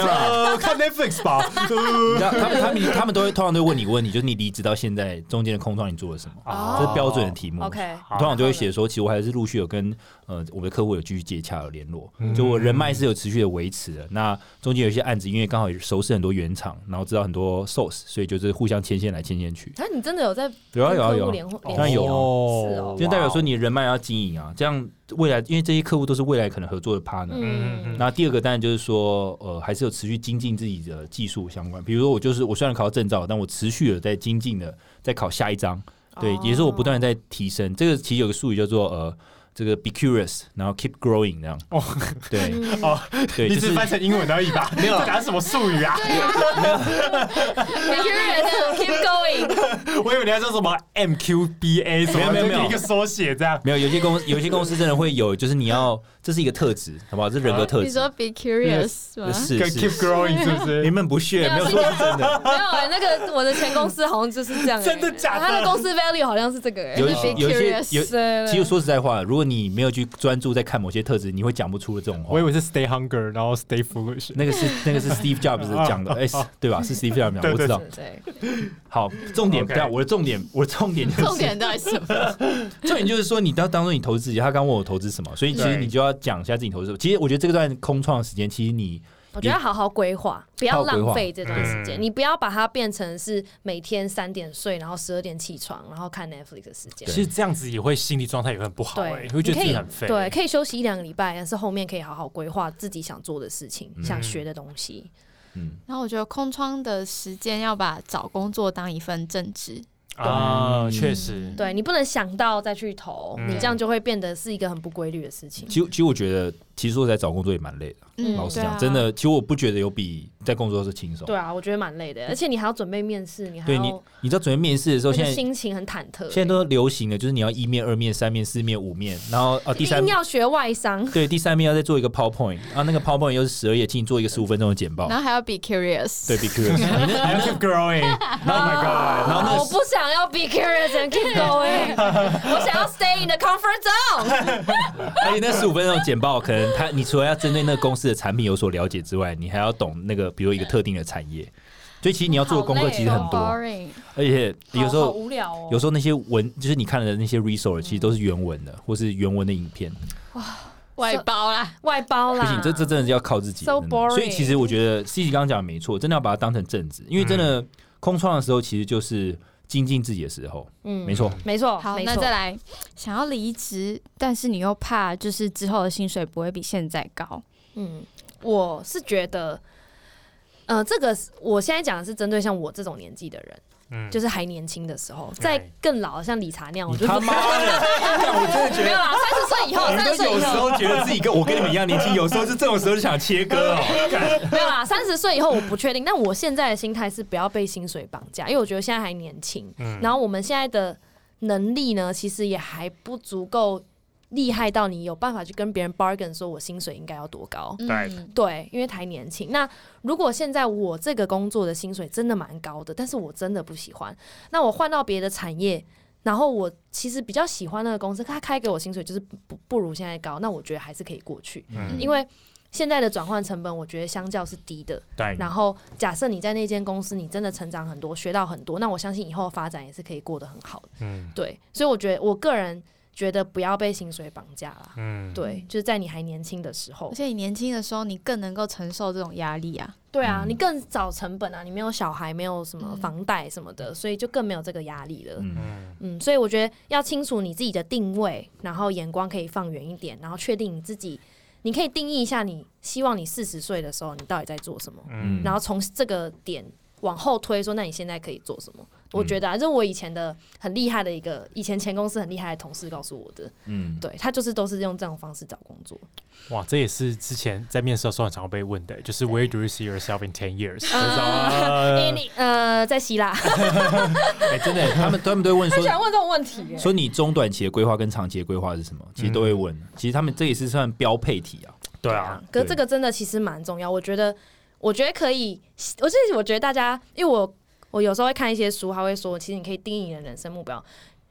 [SPEAKER 4] 有啦
[SPEAKER 2] 呃， 看 Netflix 吧，
[SPEAKER 4] 你知道他们他们他们都会通常都会问你问你，就是你离职到现在中间的空窗你做了什么，
[SPEAKER 2] 啊
[SPEAKER 4] 这是标准的题目。
[SPEAKER 3] 哦 OK，啊
[SPEAKER 4] 我通常就会写说，其实我还是陆续有跟呃我的客户有继续接洽有联络，
[SPEAKER 2] 嗯
[SPEAKER 4] 就我人脉是有持续的维持的。那中间有一些案子，因为刚好也熟识很多原厂，然后知道很多 source，所以就是互相牵线来牵线去。
[SPEAKER 3] 哎，你真的有在
[SPEAKER 4] 有啊
[SPEAKER 3] 跟
[SPEAKER 4] 有啊
[SPEAKER 3] 客户
[SPEAKER 4] 有啊，
[SPEAKER 3] 联
[SPEAKER 2] 哦
[SPEAKER 4] 当然有 啊
[SPEAKER 3] 是哦
[SPEAKER 4] 就代表说你人脉要经营啊，这样未来因为这些客户都是未来可能合作的 partner。
[SPEAKER 2] 嗯
[SPEAKER 3] 嗯，
[SPEAKER 4] 那第二个当然就是说，呃，还是有持续精进自己的技术相关。比如说，我就是我虽然考到证照，但我持续的在精进的在考下一章，对，也是我不断地在提升。这个其实有个术语叫做呃，这个 be curious，然后 keep growing 这样。
[SPEAKER 2] 哦
[SPEAKER 4] 对
[SPEAKER 3] 嗯
[SPEAKER 2] 哦
[SPEAKER 4] 对，
[SPEAKER 2] 你
[SPEAKER 4] 就
[SPEAKER 2] 只
[SPEAKER 4] 是
[SPEAKER 2] 翻成英文而已吧？ 没有讲什么术语啊？
[SPEAKER 3] 每个人的 keep going，
[SPEAKER 2] 我以为你在说什么 MQBA 什么，
[SPEAKER 4] 没有没有没有
[SPEAKER 2] 就一个缩写这样。
[SPEAKER 4] 没有有些公有些公司真的会有，就是你要这是一个特质，好不好？这是人格特
[SPEAKER 1] 你
[SPEAKER 4] 质。
[SPEAKER 1] 说 be curious 吗？
[SPEAKER 4] 是
[SPEAKER 2] 跟
[SPEAKER 4] 是
[SPEAKER 2] keep growing 是不
[SPEAKER 4] 你
[SPEAKER 2] 是？
[SPEAKER 4] 们不屑，没有说是真的。
[SPEAKER 3] 没有哎、那个我的前公司好像就是这样、欸，
[SPEAKER 2] 真的假的
[SPEAKER 3] 他的公司 value 好像是这个、欸，
[SPEAKER 4] 有一
[SPEAKER 1] 是
[SPEAKER 4] 些呃
[SPEAKER 1] be
[SPEAKER 4] 有一些
[SPEAKER 1] curious
[SPEAKER 4] 有，
[SPEAKER 3] 对
[SPEAKER 4] 其实说实在话，如果你没有去专注在看某些特质，你会讲不出这种话
[SPEAKER 2] 我以。为是 stay hunger，然后 stay foolish。
[SPEAKER 4] 那个是那个是 Steve Jobs 讲的，哎，是对吧？是 Steve Jobs 讲的，
[SPEAKER 2] 对
[SPEAKER 4] 我知道。
[SPEAKER 3] 对，
[SPEAKER 4] 好，重点
[SPEAKER 2] OK
[SPEAKER 4] 不要，我的重点，我的重点就是
[SPEAKER 1] 重点到底是什么？
[SPEAKER 4] 重点就是说，你当当做你投资自己，他刚问我投资什么，所以其实
[SPEAKER 2] 对
[SPEAKER 4] 你就要讲一下自己投资什么。其实我觉得这段空创的时间，其实你
[SPEAKER 3] 我觉得好好规划，不要浪费这段时
[SPEAKER 2] 好好规划
[SPEAKER 3] 间，
[SPEAKER 2] 嗯
[SPEAKER 3] 你不要把它变成是每天三点睡，然后十二点起床，然后看 Netflix 的时间
[SPEAKER 2] 其。实这样子也会心理状态也会很不好哎、
[SPEAKER 3] 对
[SPEAKER 2] 会觉得
[SPEAKER 3] 你可以
[SPEAKER 2] 自己很废。
[SPEAKER 3] 对，可以休息一两个礼拜，但是后面可以好好规划自己想做的事情、
[SPEAKER 4] 嗯
[SPEAKER 3] 想学的东西。
[SPEAKER 4] 嗯，
[SPEAKER 1] 然后我觉得空窗的时间要把找工作当一份正职，
[SPEAKER 2] 啊，
[SPEAKER 4] 嗯
[SPEAKER 2] 确实，
[SPEAKER 3] 对你不能想到再去投，
[SPEAKER 2] 嗯
[SPEAKER 3] 你这样就会变得是一个很不规律的事情。
[SPEAKER 4] 其实其实我觉得，其实说实在找工作也蛮累的。
[SPEAKER 3] 嗯
[SPEAKER 4] 老实
[SPEAKER 1] 对
[SPEAKER 4] 讲，
[SPEAKER 1] 啊
[SPEAKER 4] 真的，其实我不觉得有比在工作是轻松。
[SPEAKER 3] 对啊，我觉得蛮累的，而且你还要准备面试，你还
[SPEAKER 4] 对
[SPEAKER 3] 要
[SPEAKER 4] 你，你知道准备面试的时候，
[SPEAKER 3] 那
[SPEAKER 4] 现
[SPEAKER 3] 个
[SPEAKER 4] 在
[SPEAKER 3] 心情很忐忑欸。
[SPEAKER 4] 现在都流行的就是你要一面、二面、三面、四面、五面，然后啊第
[SPEAKER 3] 一
[SPEAKER 4] 三
[SPEAKER 3] 定要学外商，
[SPEAKER 4] 对第三面要再做一个 PowerPoint，啊那个 PowerPoint 又是十二页，请你做一个十五分钟的简报
[SPEAKER 1] 然。后还要 be curious。
[SPEAKER 4] 对，be curious，你那
[SPEAKER 2] 还要 keep growing。Oh my god！
[SPEAKER 4] 然后那
[SPEAKER 3] 我不想要 be curious and keep going，我想要 stay in the comfort zone。
[SPEAKER 4] 而且那十五分钟的简报，可能他你除了要针对那个公司的产品有所了解之外，你还要懂那个比如一个特定的产业，所以其实你要做的功课其实很多，
[SPEAKER 1] boring。
[SPEAKER 4] 而且有时
[SPEAKER 3] 好好
[SPEAKER 4] 候
[SPEAKER 3] 无聊哦
[SPEAKER 4] 有时候那些文就是你看的那些 resource 其实都是原文的，或是原文的影片。
[SPEAKER 1] 外包啦，
[SPEAKER 3] 外包啦，
[SPEAKER 4] 不行，这这真的是要靠自己。
[SPEAKER 3] So
[SPEAKER 4] 真的所以
[SPEAKER 3] boring
[SPEAKER 4] 其实我觉得 C C 刚刚讲的没错，真的要把它当成正职，因为真
[SPEAKER 3] 嗯
[SPEAKER 4] 的空窗的时候，其实就是精进自己的时候。
[SPEAKER 3] 嗯
[SPEAKER 4] 没错，
[SPEAKER 3] 没错，
[SPEAKER 1] 好，
[SPEAKER 3] 没
[SPEAKER 1] 那
[SPEAKER 3] 错
[SPEAKER 1] 再来，想要离职，但是你又怕就是之后的薪水不会比现在高，
[SPEAKER 3] 嗯，我是觉得，呃，这个是我现在讲的是针对像我这种年纪的人，
[SPEAKER 2] 嗯，
[SPEAKER 3] 就是还年轻的时候，在更老像理查那样，我
[SPEAKER 4] 你
[SPEAKER 3] 就
[SPEAKER 4] 他妈的！但我真的觉
[SPEAKER 3] 没有
[SPEAKER 4] 得。
[SPEAKER 3] 啦，三十岁以后，
[SPEAKER 4] 你们都
[SPEAKER 3] 三十岁
[SPEAKER 4] 有
[SPEAKER 3] 以
[SPEAKER 4] 时候
[SPEAKER 3] 后
[SPEAKER 4] 觉得自己跟我跟你们一样年轻，有时候是这种时候就想切割哦。
[SPEAKER 3] 没有啦，三十岁以后我不确定，但我现在的心态是不要被薪水绑架，因为我觉得现在还年轻，
[SPEAKER 2] 嗯
[SPEAKER 3] 然后我们现在的能力呢，其实也还不足够厉害到你有办法去跟别人 bargain 说我薪水应该要多高。
[SPEAKER 2] 对
[SPEAKER 1] 嗯
[SPEAKER 3] 对，因为还年轻。那如果现在我这个工作的薪水真的蛮高的，但是我真的不喜欢，那我换到别的产业，然后我其实比较喜欢那个公司，他开给我薪水就是不不如现在高，那我觉得还是可以过去，
[SPEAKER 4] 嗯
[SPEAKER 3] 因为现在的转换成本我觉得相较是低的。
[SPEAKER 2] 对，
[SPEAKER 3] 然后假设你在那间公司你真的成长很多，学到很多，那我相信以后发展也是可以过得很好的。
[SPEAKER 2] 嗯
[SPEAKER 3] 对，所以我觉得我个人觉得不要被薪水绑架啦。
[SPEAKER 2] 嗯，
[SPEAKER 3] 对，就是在你还年轻的时候
[SPEAKER 1] 而，且你年轻的时候，你更能够承受这种压力啊。
[SPEAKER 3] 对啊，
[SPEAKER 4] 嗯
[SPEAKER 3] 你更找成本啊，你没有小孩，没有什么
[SPEAKER 1] 嗯
[SPEAKER 3] 房贷什么的，所以就更没有这个压力了。
[SPEAKER 4] 嗯，
[SPEAKER 2] 嗯
[SPEAKER 3] 嗯，所以我觉得要清楚你自己的定位，然后眼光可以放远一点，然后确定你自己，你可以定义一下你希望你四十岁的时候你到底在做什么，
[SPEAKER 2] 嗯
[SPEAKER 3] 然后从这个点往后推说，那你现在可以做什么？我觉得、啊，这是我以前的很厉害的一个，以前前公司很厉害的同事告诉我的，
[SPEAKER 4] 嗯，
[SPEAKER 3] 对他就是都是用这种方式找工作。
[SPEAKER 2] 哇，这也是之前在面试的时候很常被问的，就是 Where do you see yourself in ten years？
[SPEAKER 3] 呃 因
[SPEAKER 2] 哎
[SPEAKER 3] 为你呃，在希腊，
[SPEAKER 4] 哎，真的，他们他们都会问
[SPEAKER 5] 很喜欢
[SPEAKER 4] 说，
[SPEAKER 5] 问这种问题耶。
[SPEAKER 4] 说你中短期的规划跟长期的规划是什么？其实都会问，其实他们这也是算标配题啊。
[SPEAKER 2] 对啊，
[SPEAKER 3] 可是
[SPEAKER 4] 对
[SPEAKER 3] 这个真的其实蛮重要，我觉得，我觉得可以，我其实我觉得大家，因为我我有时候会看一些书，他会说，其实你可以定义你的人生目标。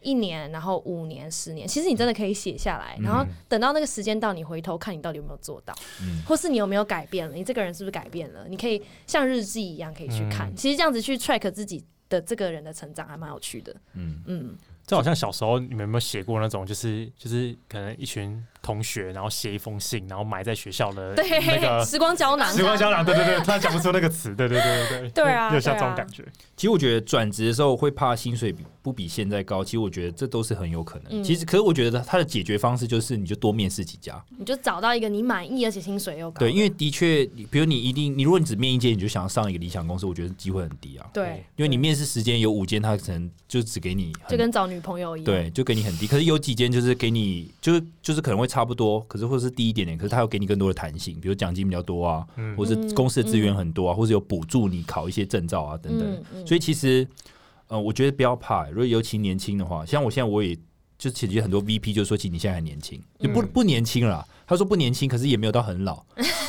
[SPEAKER 3] 一年，然后五年、十年，其实你真的可以写下来，然后等到那个时间到，你回头看你到底有没有做 到，
[SPEAKER 4] 嗯
[SPEAKER 3] 或是你有没有改变了，你这个人是不是改变了？你可以像日记一样可以去看，
[SPEAKER 4] 嗯
[SPEAKER 3] 其实这样子去 track 自己的这个人的成长，还蛮有趣的。
[SPEAKER 4] 嗯，
[SPEAKER 3] 嗯，
[SPEAKER 2] 这好像小时候你们有没有写过那种，就是就是可能一群同学，然后写一封信，然后埋在学校的
[SPEAKER 3] 对，
[SPEAKER 2] 那个
[SPEAKER 3] 时光胶囊，
[SPEAKER 2] 时光胶囊，对对对，突然讲不出那个词，对对对对对，
[SPEAKER 3] 对啊
[SPEAKER 2] 有像这
[SPEAKER 3] 对
[SPEAKER 2] 种
[SPEAKER 3] 啊
[SPEAKER 2] 感觉，
[SPEAKER 4] 其实我觉得转职的时候会怕薪水比不比现在高，其实我觉得这都是很有可能。
[SPEAKER 3] 嗯
[SPEAKER 4] 其实，可是我觉得他的解决方式就是你就多面试几家，
[SPEAKER 3] 你就找到一个你满意而且薪水又高的，
[SPEAKER 4] 对，因为的确，你比如你一定，你如果你只面一间，你就想要上一个理想公司，我觉得机会很低啊，
[SPEAKER 3] 对，
[SPEAKER 4] 因为你面试时间有五间，他可能就只给你很
[SPEAKER 3] 就跟找女朋友一样。
[SPEAKER 4] 对，就给你很低。可是有几间就是给你，就是就是可能会差不多，可是或者是低一点点，可是他又给你更多的弹性，比如奖金比较多啊，
[SPEAKER 2] 嗯
[SPEAKER 4] 或者是公司的资源很多啊，或者有补助你考一些证照啊等等。
[SPEAKER 3] 嗯嗯
[SPEAKER 4] 所以其实，呃，我觉得不要怕、如果尤其年轻的话，像我现在我也就其实很多 VP 就说，其实你现在很年轻，也
[SPEAKER 3] 嗯
[SPEAKER 4] 不、不年轻了啦。他说不年轻，可是也没有到很老。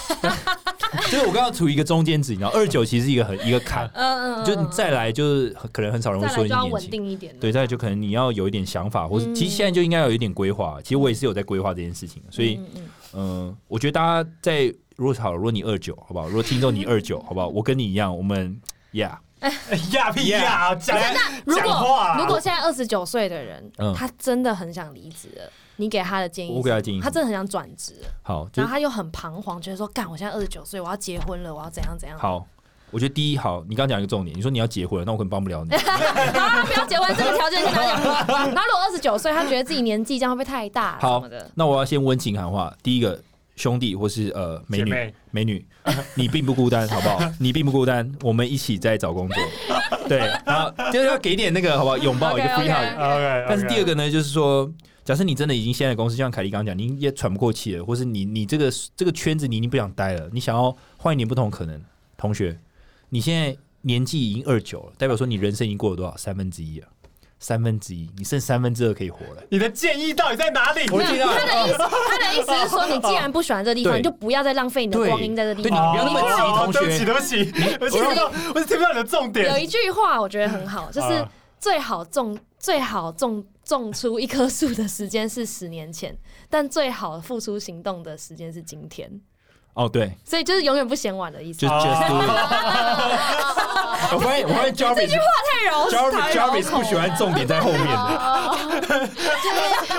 [SPEAKER 4] 就是我刚刚处于一个中间值，你知道，二九其实是一个很一个坎，
[SPEAKER 3] 嗯嗯，
[SPEAKER 4] 就你再来就是很可能很少人
[SPEAKER 3] 再
[SPEAKER 4] 会
[SPEAKER 3] 来
[SPEAKER 4] 说
[SPEAKER 3] 就
[SPEAKER 4] 你
[SPEAKER 3] 要
[SPEAKER 4] 年
[SPEAKER 3] 稳
[SPEAKER 4] 轻。
[SPEAKER 3] 定一点，
[SPEAKER 4] 对，再来就可能你要有一点想法，或者
[SPEAKER 3] 嗯
[SPEAKER 4] 其实现在就应该要有一点规划。其实我也是有在规划这件事情的，所以
[SPEAKER 3] 嗯嗯
[SPEAKER 4] 嗯、呃我觉得大家在如果好，如果你二九，好不好？如果听众你二九，好不好？我跟你一样，我们 yeah，
[SPEAKER 2] 呀屁呀，讲
[SPEAKER 3] 嗯如
[SPEAKER 2] 讲话
[SPEAKER 3] 果
[SPEAKER 2] 啊
[SPEAKER 3] 如果现在二十九岁的人
[SPEAKER 4] 嗯，
[SPEAKER 3] 他真的很想离职了，你给他的建议是什么，
[SPEAKER 4] 我给他建议
[SPEAKER 3] 他真的很想转职了，
[SPEAKER 4] 好，就
[SPEAKER 3] 然后他又很彷徨，觉得说，干，我现在二十九岁，我要结婚了，我要怎样怎样，
[SPEAKER 4] 好。我觉得第一好，你刚刚讲一个重点，你说你要结婚了，那我可能帮不了 你。
[SPEAKER 3] 啊，不要结婚，这个条件先拿掉。然后如果二十九岁，他觉得自己年纪这样会不会太大什
[SPEAKER 4] 好
[SPEAKER 3] 么的，
[SPEAKER 4] 那我要先温情喊话，第一个兄弟或是呃美
[SPEAKER 2] 姐
[SPEAKER 4] 女
[SPEAKER 2] 妹
[SPEAKER 4] 美女， 你并不孤单，好不好？你并不孤单，我们一起在找工作。 对，然后就是要给点那个好不好？拥抱一个 free hug。
[SPEAKER 2] ，OK，
[SPEAKER 4] 但是第二个呢，就是说，假设你真的已经现在公司，就像凯莉刚刚讲，你也喘不过气了，或是你你这个这个圈子你已经不想待了，你想要换一点不同的可能。同学，你现在年纪已经二九了，代表说你人生已经过了多少？三分之一了，三分之一，你剩三分之二可以活了。
[SPEAKER 2] 你的建议到底在哪里？
[SPEAKER 4] 我听到
[SPEAKER 3] 他的意思，他的意思是说，你既然不喜欢这地方，
[SPEAKER 4] 对
[SPEAKER 3] 你就不要再浪费你的
[SPEAKER 4] 对
[SPEAKER 3] 光阴在这地
[SPEAKER 4] 对你
[SPEAKER 3] 方。
[SPEAKER 4] 不要那么急
[SPEAKER 2] 哦
[SPEAKER 4] 同
[SPEAKER 2] 对不
[SPEAKER 4] 学
[SPEAKER 2] 起，对不起，我听不到，我是听不到你的重
[SPEAKER 3] 有
[SPEAKER 2] 点。
[SPEAKER 3] 一句话我觉得很
[SPEAKER 4] 嗯
[SPEAKER 3] 好，就是
[SPEAKER 2] 啊
[SPEAKER 3] 最好种最好种种出一棵树的时间是十年前，但最好付出行动的时间是今天。
[SPEAKER 4] 哦，对，
[SPEAKER 3] 所以就是永远不嫌晚的意思。
[SPEAKER 4] 就 just do it。
[SPEAKER 1] 哦
[SPEAKER 4] 我发现，我发现 Jarvis
[SPEAKER 3] 太柔
[SPEAKER 4] Jarvis
[SPEAKER 3] 太
[SPEAKER 4] Jarvis 不喜欢重点在后面的，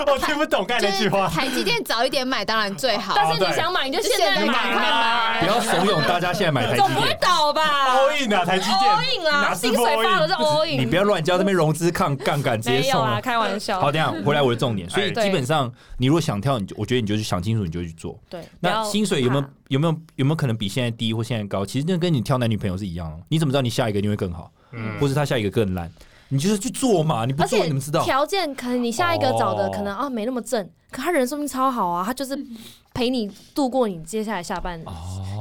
[SPEAKER 2] 我听不懂刚 才那句
[SPEAKER 1] 就是
[SPEAKER 2] 话。
[SPEAKER 1] 台积电早一点买当然最 好，
[SPEAKER 3] 但是你想买你就现在
[SPEAKER 1] 就现在
[SPEAKER 3] 买，
[SPEAKER 1] 买
[SPEAKER 3] 快
[SPEAKER 4] 啊不
[SPEAKER 3] 买，
[SPEAKER 4] 要怂恿大家现在买台
[SPEAKER 3] 总不
[SPEAKER 4] 积
[SPEAKER 3] 会
[SPEAKER 4] 电。
[SPEAKER 3] 倒吧
[SPEAKER 2] all in 啊，台积电
[SPEAKER 3] all in 啦，
[SPEAKER 2] 哪是
[SPEAKER 3] 薪
[SPEAKER 2] all
[SPEAKER 3] 水
[SPEAKER 2] in？
[SPEAKER 3] 发了就 all in，
[SPEAKER 4] 你不要乱叫那边融资抗杠杆，直接
[SPEAKER 3] 没有
[SPEAKER 4] 送了
[SPEAKER 3] 啊，。开玩笑。
[SPEAKER 4] 好，等一下回来我的重 点，所以
[SPEAKER 2] 哎
[SPEAKER 3] 对
[SPEAKER 4] 基本上你如果想跳，你就我觉得你就去想清楚，你就去做。
[SPEAKER 3] 对，不
[SPEAKER 4] 那
[SPEAKER 3] 要
[SPEAKER 4] 薪水有没有
[SPEAKER 3] 怕
[SPEAKER 4] 有没有有没有可能比现在低或现在高？其实那跟你挑男女朋友是一样的，你怎么知道你下一个你会更好，
[SPEAKER 2] 嗯
[SPEAKER 4] 或是他下一个更烂？你就是去做嘛，你不
[SPEAKER 3] 而
[SPEAKER 4] 做你
[SPEAKER 3] 且
[SPEAKER 4] 怎么知道？
[SPEAKER 3] 条件可能你下一个找的
[SPEAKER 2] 哦
[SPEAKER 3] 可能啊没那么正，可他人说不定超好啊，他就是陪你度过你接下来下半
[SPEAKER 4] 哦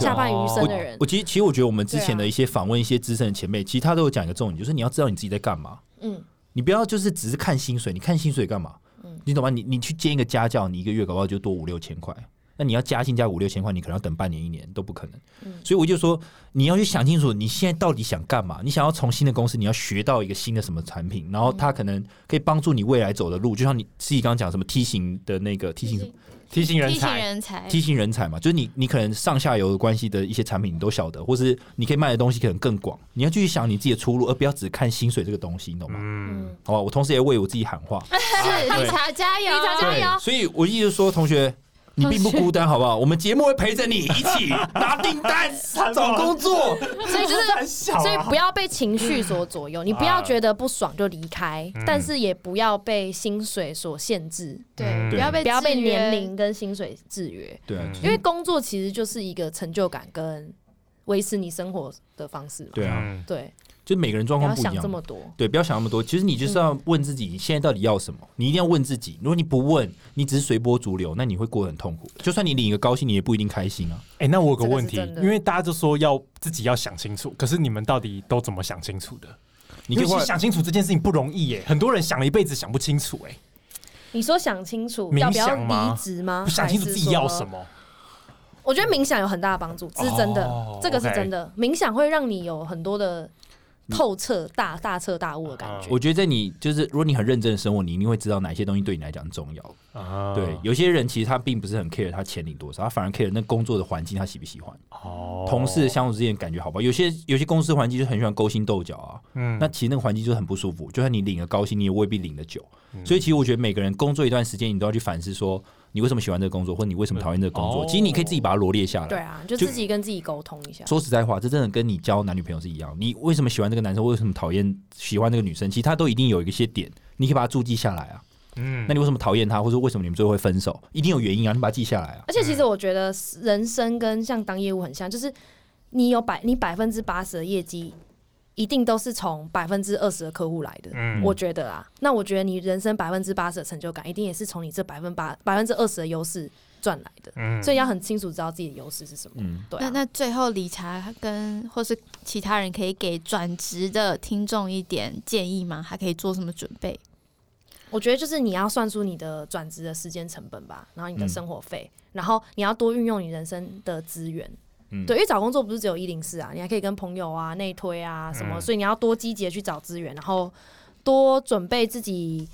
[SPEAKER 3] 下半余生的人
[SPEAKER 4] 我。其实其实我觉得我们之前
[SPEAKER 3] 对
[SPEAKER 4] 的
[SPEAKER 3] 啊
[SPEAKER 4] 一些访问一些资深的前辈，其实他都有讲一个重点，就是你要知道你自己在干嘛，
[SPEAKER 3] 嗯，
[SPEAKER 4] 你不要就是只是看薪水，你看薪水干嘛？
[SPEAKER 3] 嗯
[SPEAKER 4] 你懂吗？你你去兼一个家教，你一个月搞不好就多五六千块。那你要加薪加五六千块，你可能要等半年一年都不可能。
[SPEAKER 3] 嗯
[SPEAKER 4] 所以我就说，你要去想清楚，你现在到底想干嘛？你想要从新的公司，你要学到一个新的什么产品，然后它可能可以帮助你未来走的路。就像你自己刚刚讲什么梯形的那个梯形什么
[SPEAKER 2] 提醒人
[SPEAKER 1] 梯形
[SPEAKER 2] 才，
[SPEAKER 1] 人
[SPEAKER 3] 哎
[SPEAKER 1] 才，
[SPEAKER 4] 梯形人才嘛，就是你你可能上下游的关系的一些产品你都晓得，或是你可以卖的东西可能更广。你要继续想你自己的出路，而不要只看薪水这个东西，你懂吗？
[SPEAKER 2] 嗯，
[SPEAKER 4] 好吧，我同时也为我自己喊话。
[SPEAKER 1] 是
[SPEAKER 4] 对
[SPEAKER 1] 绿茶加油，
[SPEAKER 3] 绿茶加油
[SPEAKER 4] 对，所以我一直说，同学，你并不孤单，好不好？我们节目会陪着你一起拿订 单、找工作。
[SPEAKER 3] 所 以就是。
[SPEAKER 2] 很小啊，
[SPEAKER 3] 所以不要被情绪所左右，你不要觉得不爽就离开
[SPEAKER 2] 嗯，
[SPEAKER 3] 但是也不要被薪水所限制，
[SPEAKER 1] 对，不
[SPEAKER 2] 对
[SPEAKER 1] 要被
[SPEAKER 3] 嗯不要被
[SPEAKER 1] 制约
[SPEAKER 3] 年龄跟薪水制约，
[SPEAKER 4] 对啊，
[SPEAKER 2] 嗯
[SPEAKER 4] 就是
[SPEAKER 3] 因为工作其实就是一个成就感跟维持你生活的方式嘛。
[SPEAKER 4] 对啊，
[SPEAKER 2] 嗯，
[SPEAKER 3] 对，
[SPEAKER 4] 就是每个人状
[SPEAKER 3] 不
[SPEAKER 4] 况
[SPEAKER 3] 要
[SPEAKER 4] 不一
[SPEAKER 3] 想这
[SPEAKER 4] 样。
[SPEAKER 3] 么多。
[SPEAKER 4] 对，不要想那么多。其实你就是要问自己，你现在到底要什么？你一定要问自己。如果你不问，你只是随波逐流，那你会过得很痛苦。就算你领一个高薪，你也不一定开心啊。
[SPEAKER 2] 哎，那我有个
[SPEAKER 3] 这个
[SPEAKER 2] 问
[SPEAKER 3] 是
[SPEAKER 2] 题
[SPEAKER 3] 真，的
[SPEAKER 2] 因为大家都说要自己要想清楚，可是你们到底都怎么想清楚的？
[SPEAKER 4] 你
[SPEAKER 2] 因为
[SPEAKER 4] 可以
[SPEAKER 2] 其
[SPEAKER 4] 换
[SPEAKER 2] 实想清楚这件事情不容易耶，很多人想了一辈子想不清楚，哎，
[SPEAKER 3] 你说想清楚
[SPEAKER 2] 冥
[SPEAKER 3] 要不要
[SPEAKER 2] 想吗
[SPEAKER 3] 离职吗？
[SPEAKER 2] 不想清楚自己要什
[SPEAKER 3] 么？
[SPEAKER 2] 么，
[SPEAKER 3] 我觉得冥想有很大的帮助，这是真的，
[SPEAKER 2] 哦
[SPEAKER 3] 这个是
[SPEAKER 2] OK
[SPEAKER 3] 真的。冥想会让你有很多的透彻、大大彻大悟的
[SPEAKER 2] 嗯
[SPEAKER 3] 感觉。
[SPEAKER 4] 我觉得在你就是，如果你很认真的生活，你一定会知道哪些东西对你来讲重要。
[SPEAKER 2] 啊
[SPEAKER 4] 对，有些人其实他并不是很 care 他钱领多少，他反而 care 那工作的环境他喜不喜欢。
[SPEAKER 2] 哦
[SPEAKER 4] 同事相处之间的感觉好不好？有些有些公司环境就很喜欢勾心斗角啊，
[SPEAKER 2] 嗯
[SPEAKER 4] 那其实那个环境就很不舒服。就算你领了高薪，你也未必领得久。
[SPEAKER 2] 嗯
[SPEAKER 4] 所以其实我觉得每个人工作一段时间，你都要去反思说，你为什么喜欢这个工作，或你为什么讨厌这个工作。
[SPEAKER 2] 哦
[SPEAKER 4] 其实你可以自己把它罗列下来。
[SPEAKER 3] 对啊，就
[SPEAKER 4] 就
[SPEAKER 3] 自己跟自己沟通一下。
[SPEAKER 4] 说实在话，这真的跟你交男女朋友是一样。你为什么喜欢这个男生，为什么讨厌喜欢这个女生，其实他都一定有一些点，你可以把它注记下来啊。
[SPEAKER 2] 嗯
[SPEAKER 4] 那你为什么讨厌他，或者为什么你们最后会分手，一定有原因啊，你把它记下来啊。
[SPEAKER 3] 而且其实我觉得人生跟像当业务很像，就是你有百你百分之八十的业绩，一定都是从百分之二十的客户来的。
[SPEAKER 2] 嗯
[SPEAKER 3] 我觉得啊，那我觉得你人生百分之八十的成就感，一定也是从你这百分八百分之二十的优势赚来的，
[SPEAKER 2] 嗯
[SPEAKER 3] 所以要很清楚知道自己的优势是什么。
[SPEAKER 4] 嗯，
[SPEAKER 3] 对、
[SPEAKER 1] 那
[SPEAKER 3] 啊，
[SPEAKER 1] 那最后理查跟或是其他人可以给转职的听众一点建议吗？还可以做什么准备？
[SPEAKER 3] 我觉得就是你要算出你的转职的时间成本吧，然后你的
[SPEAKER 4] 嗯
[SPEAKER 3] 生活费，然后你要多运用你人生的资源。
[SPEAKER 4] 嗯
[SPEAKER 3] 对，因为找工作不是只有一零四啊，你还可以跟朋友啊、内推啊什么，
[SPEAKER 2] 嗯
[SPEAKER 3] 所以你要多积极地去找资源，然后多准备自己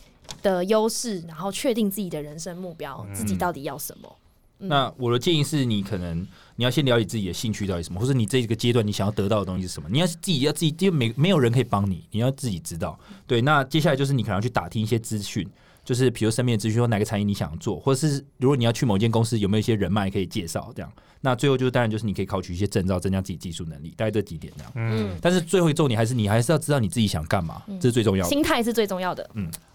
[SPEAKER 3] 的优势，然后确定自己的人生目标，
[SPEAKER 2] 嗯
[SPEAKER 3] 自己到底要什么。嗯
[SPEAKER 4] 那我的建议是你可能你要先了解自己的兴趣到底什么，或者你这个阶段你想要得到的东西是什么。你要自己要自己，因为没没有人可以帮你，你要自己知道。对，那接下来就是你可能要去打听一些资讯，就是比如身边的资讯，说哪个产业你想做，或者是如果你要去某间公司，有没有一些人脉可以介绍这样。那最后就是当然就是你可以考取一些证照，增加自己技术能力，大概这几点这样。
[SPEAKER 2] 嗯，
[SPEAKER 4] 但是最后一个重点还是你还是要知道你自己想干嘛，这是最重要的。
[SPEAKER 3] 心态是最重要的。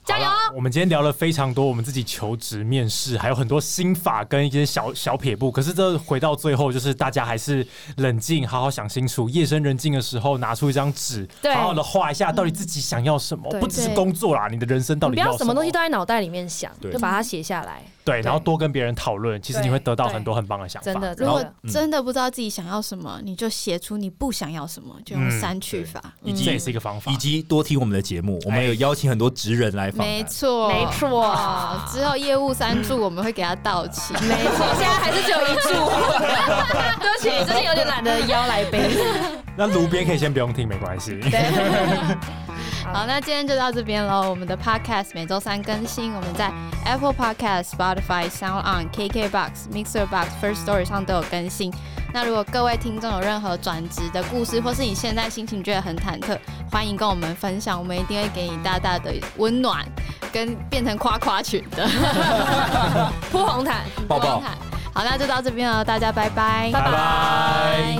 [SPEAKER 3] 加油
[SPEAKER 2] 好啦！我们今天聊了非常多，我们自己求职、面试，还有很多心法跟一些小小撇步。可是这回到最后，就是大家还是冷静，好好想清楚。夜深人静的时候，拿出一张纸，
[SPEAKER 3] 对
[SPEAKER 2] 好好的画一下，到底自己想要什么，
[SPEAKER 3] 对
[SPEAKER 2] 不只是
[SPEAKER 1] 对
[SPEAKER 2] 工作啦，你的人生到
[SPEAKER 3] 你
[SPEAKER 2] 底
[SPEAKER 3] 不要
[SPEAKER 2] 什
[SPEAKER 3] 什么东西都在脑袋里面想，
[SPEAKER 4] 对
[SPEAKER 3] 就把它写下来。
[SPEAKER 2] 对，然后
[SPEAKER 3] 对
[SPEAKER 2] 多跟别人讨论，其实你会得到很多很棒的想法。
[SPEAKER 3] 真的，，真
[SPEAKER 1] 如果
[SPEAKER 3] 的，
[SPEAKER 4] 嗯
[SPEAKER 1] 真的不知道自己想要什么，你就写出你不想要什么，就
[SPEAKER 2] 嗯
[SPEAKER 1] 用删去法。
[SPEAKER 4] 以
[SPEAKER 2] 这
[SPEAKER 4] 及
[SPEAKER 2] 也是一个方法
[SPEAKER 4] 以。及多听我们的节目，我们有邀请很多职人来访
[SPEAKER 1] 没
[SPEAKER 4] 谈。
[SPEAKER 1] 错，
[SPEAKER 3] 没错
[SPEAKER 1] 啊之后业务三柱我们会给他到齐。
[SPEAKER 3] 没错，现在还是只有一 注。对不起，最近有点懒得邀来杯。
[SPEAKER 2] 那炉边可以先不用听，没关系。
[SPEAKER 1] 好，那今天就到这边喽。我们的 Podcast 每周三更新，我们在 Apple Podcast、Spotify、Sound On、KKBox、Mixer Box、First Story 上都有更新。那如果各位听众有任何转职的故事，或是你现在心情觉得很忐忑，欢迎跟我们分享，我们一定会给你大大的温暖，跟变成夸夸群的
[SPEAKER 3] 铺红毯。
[SPEAKER 4] 抱抱
[SPEAKER 1] 温暖好，那就到这边了，大家拜拜，
[SPEAKER 4] 拜拜。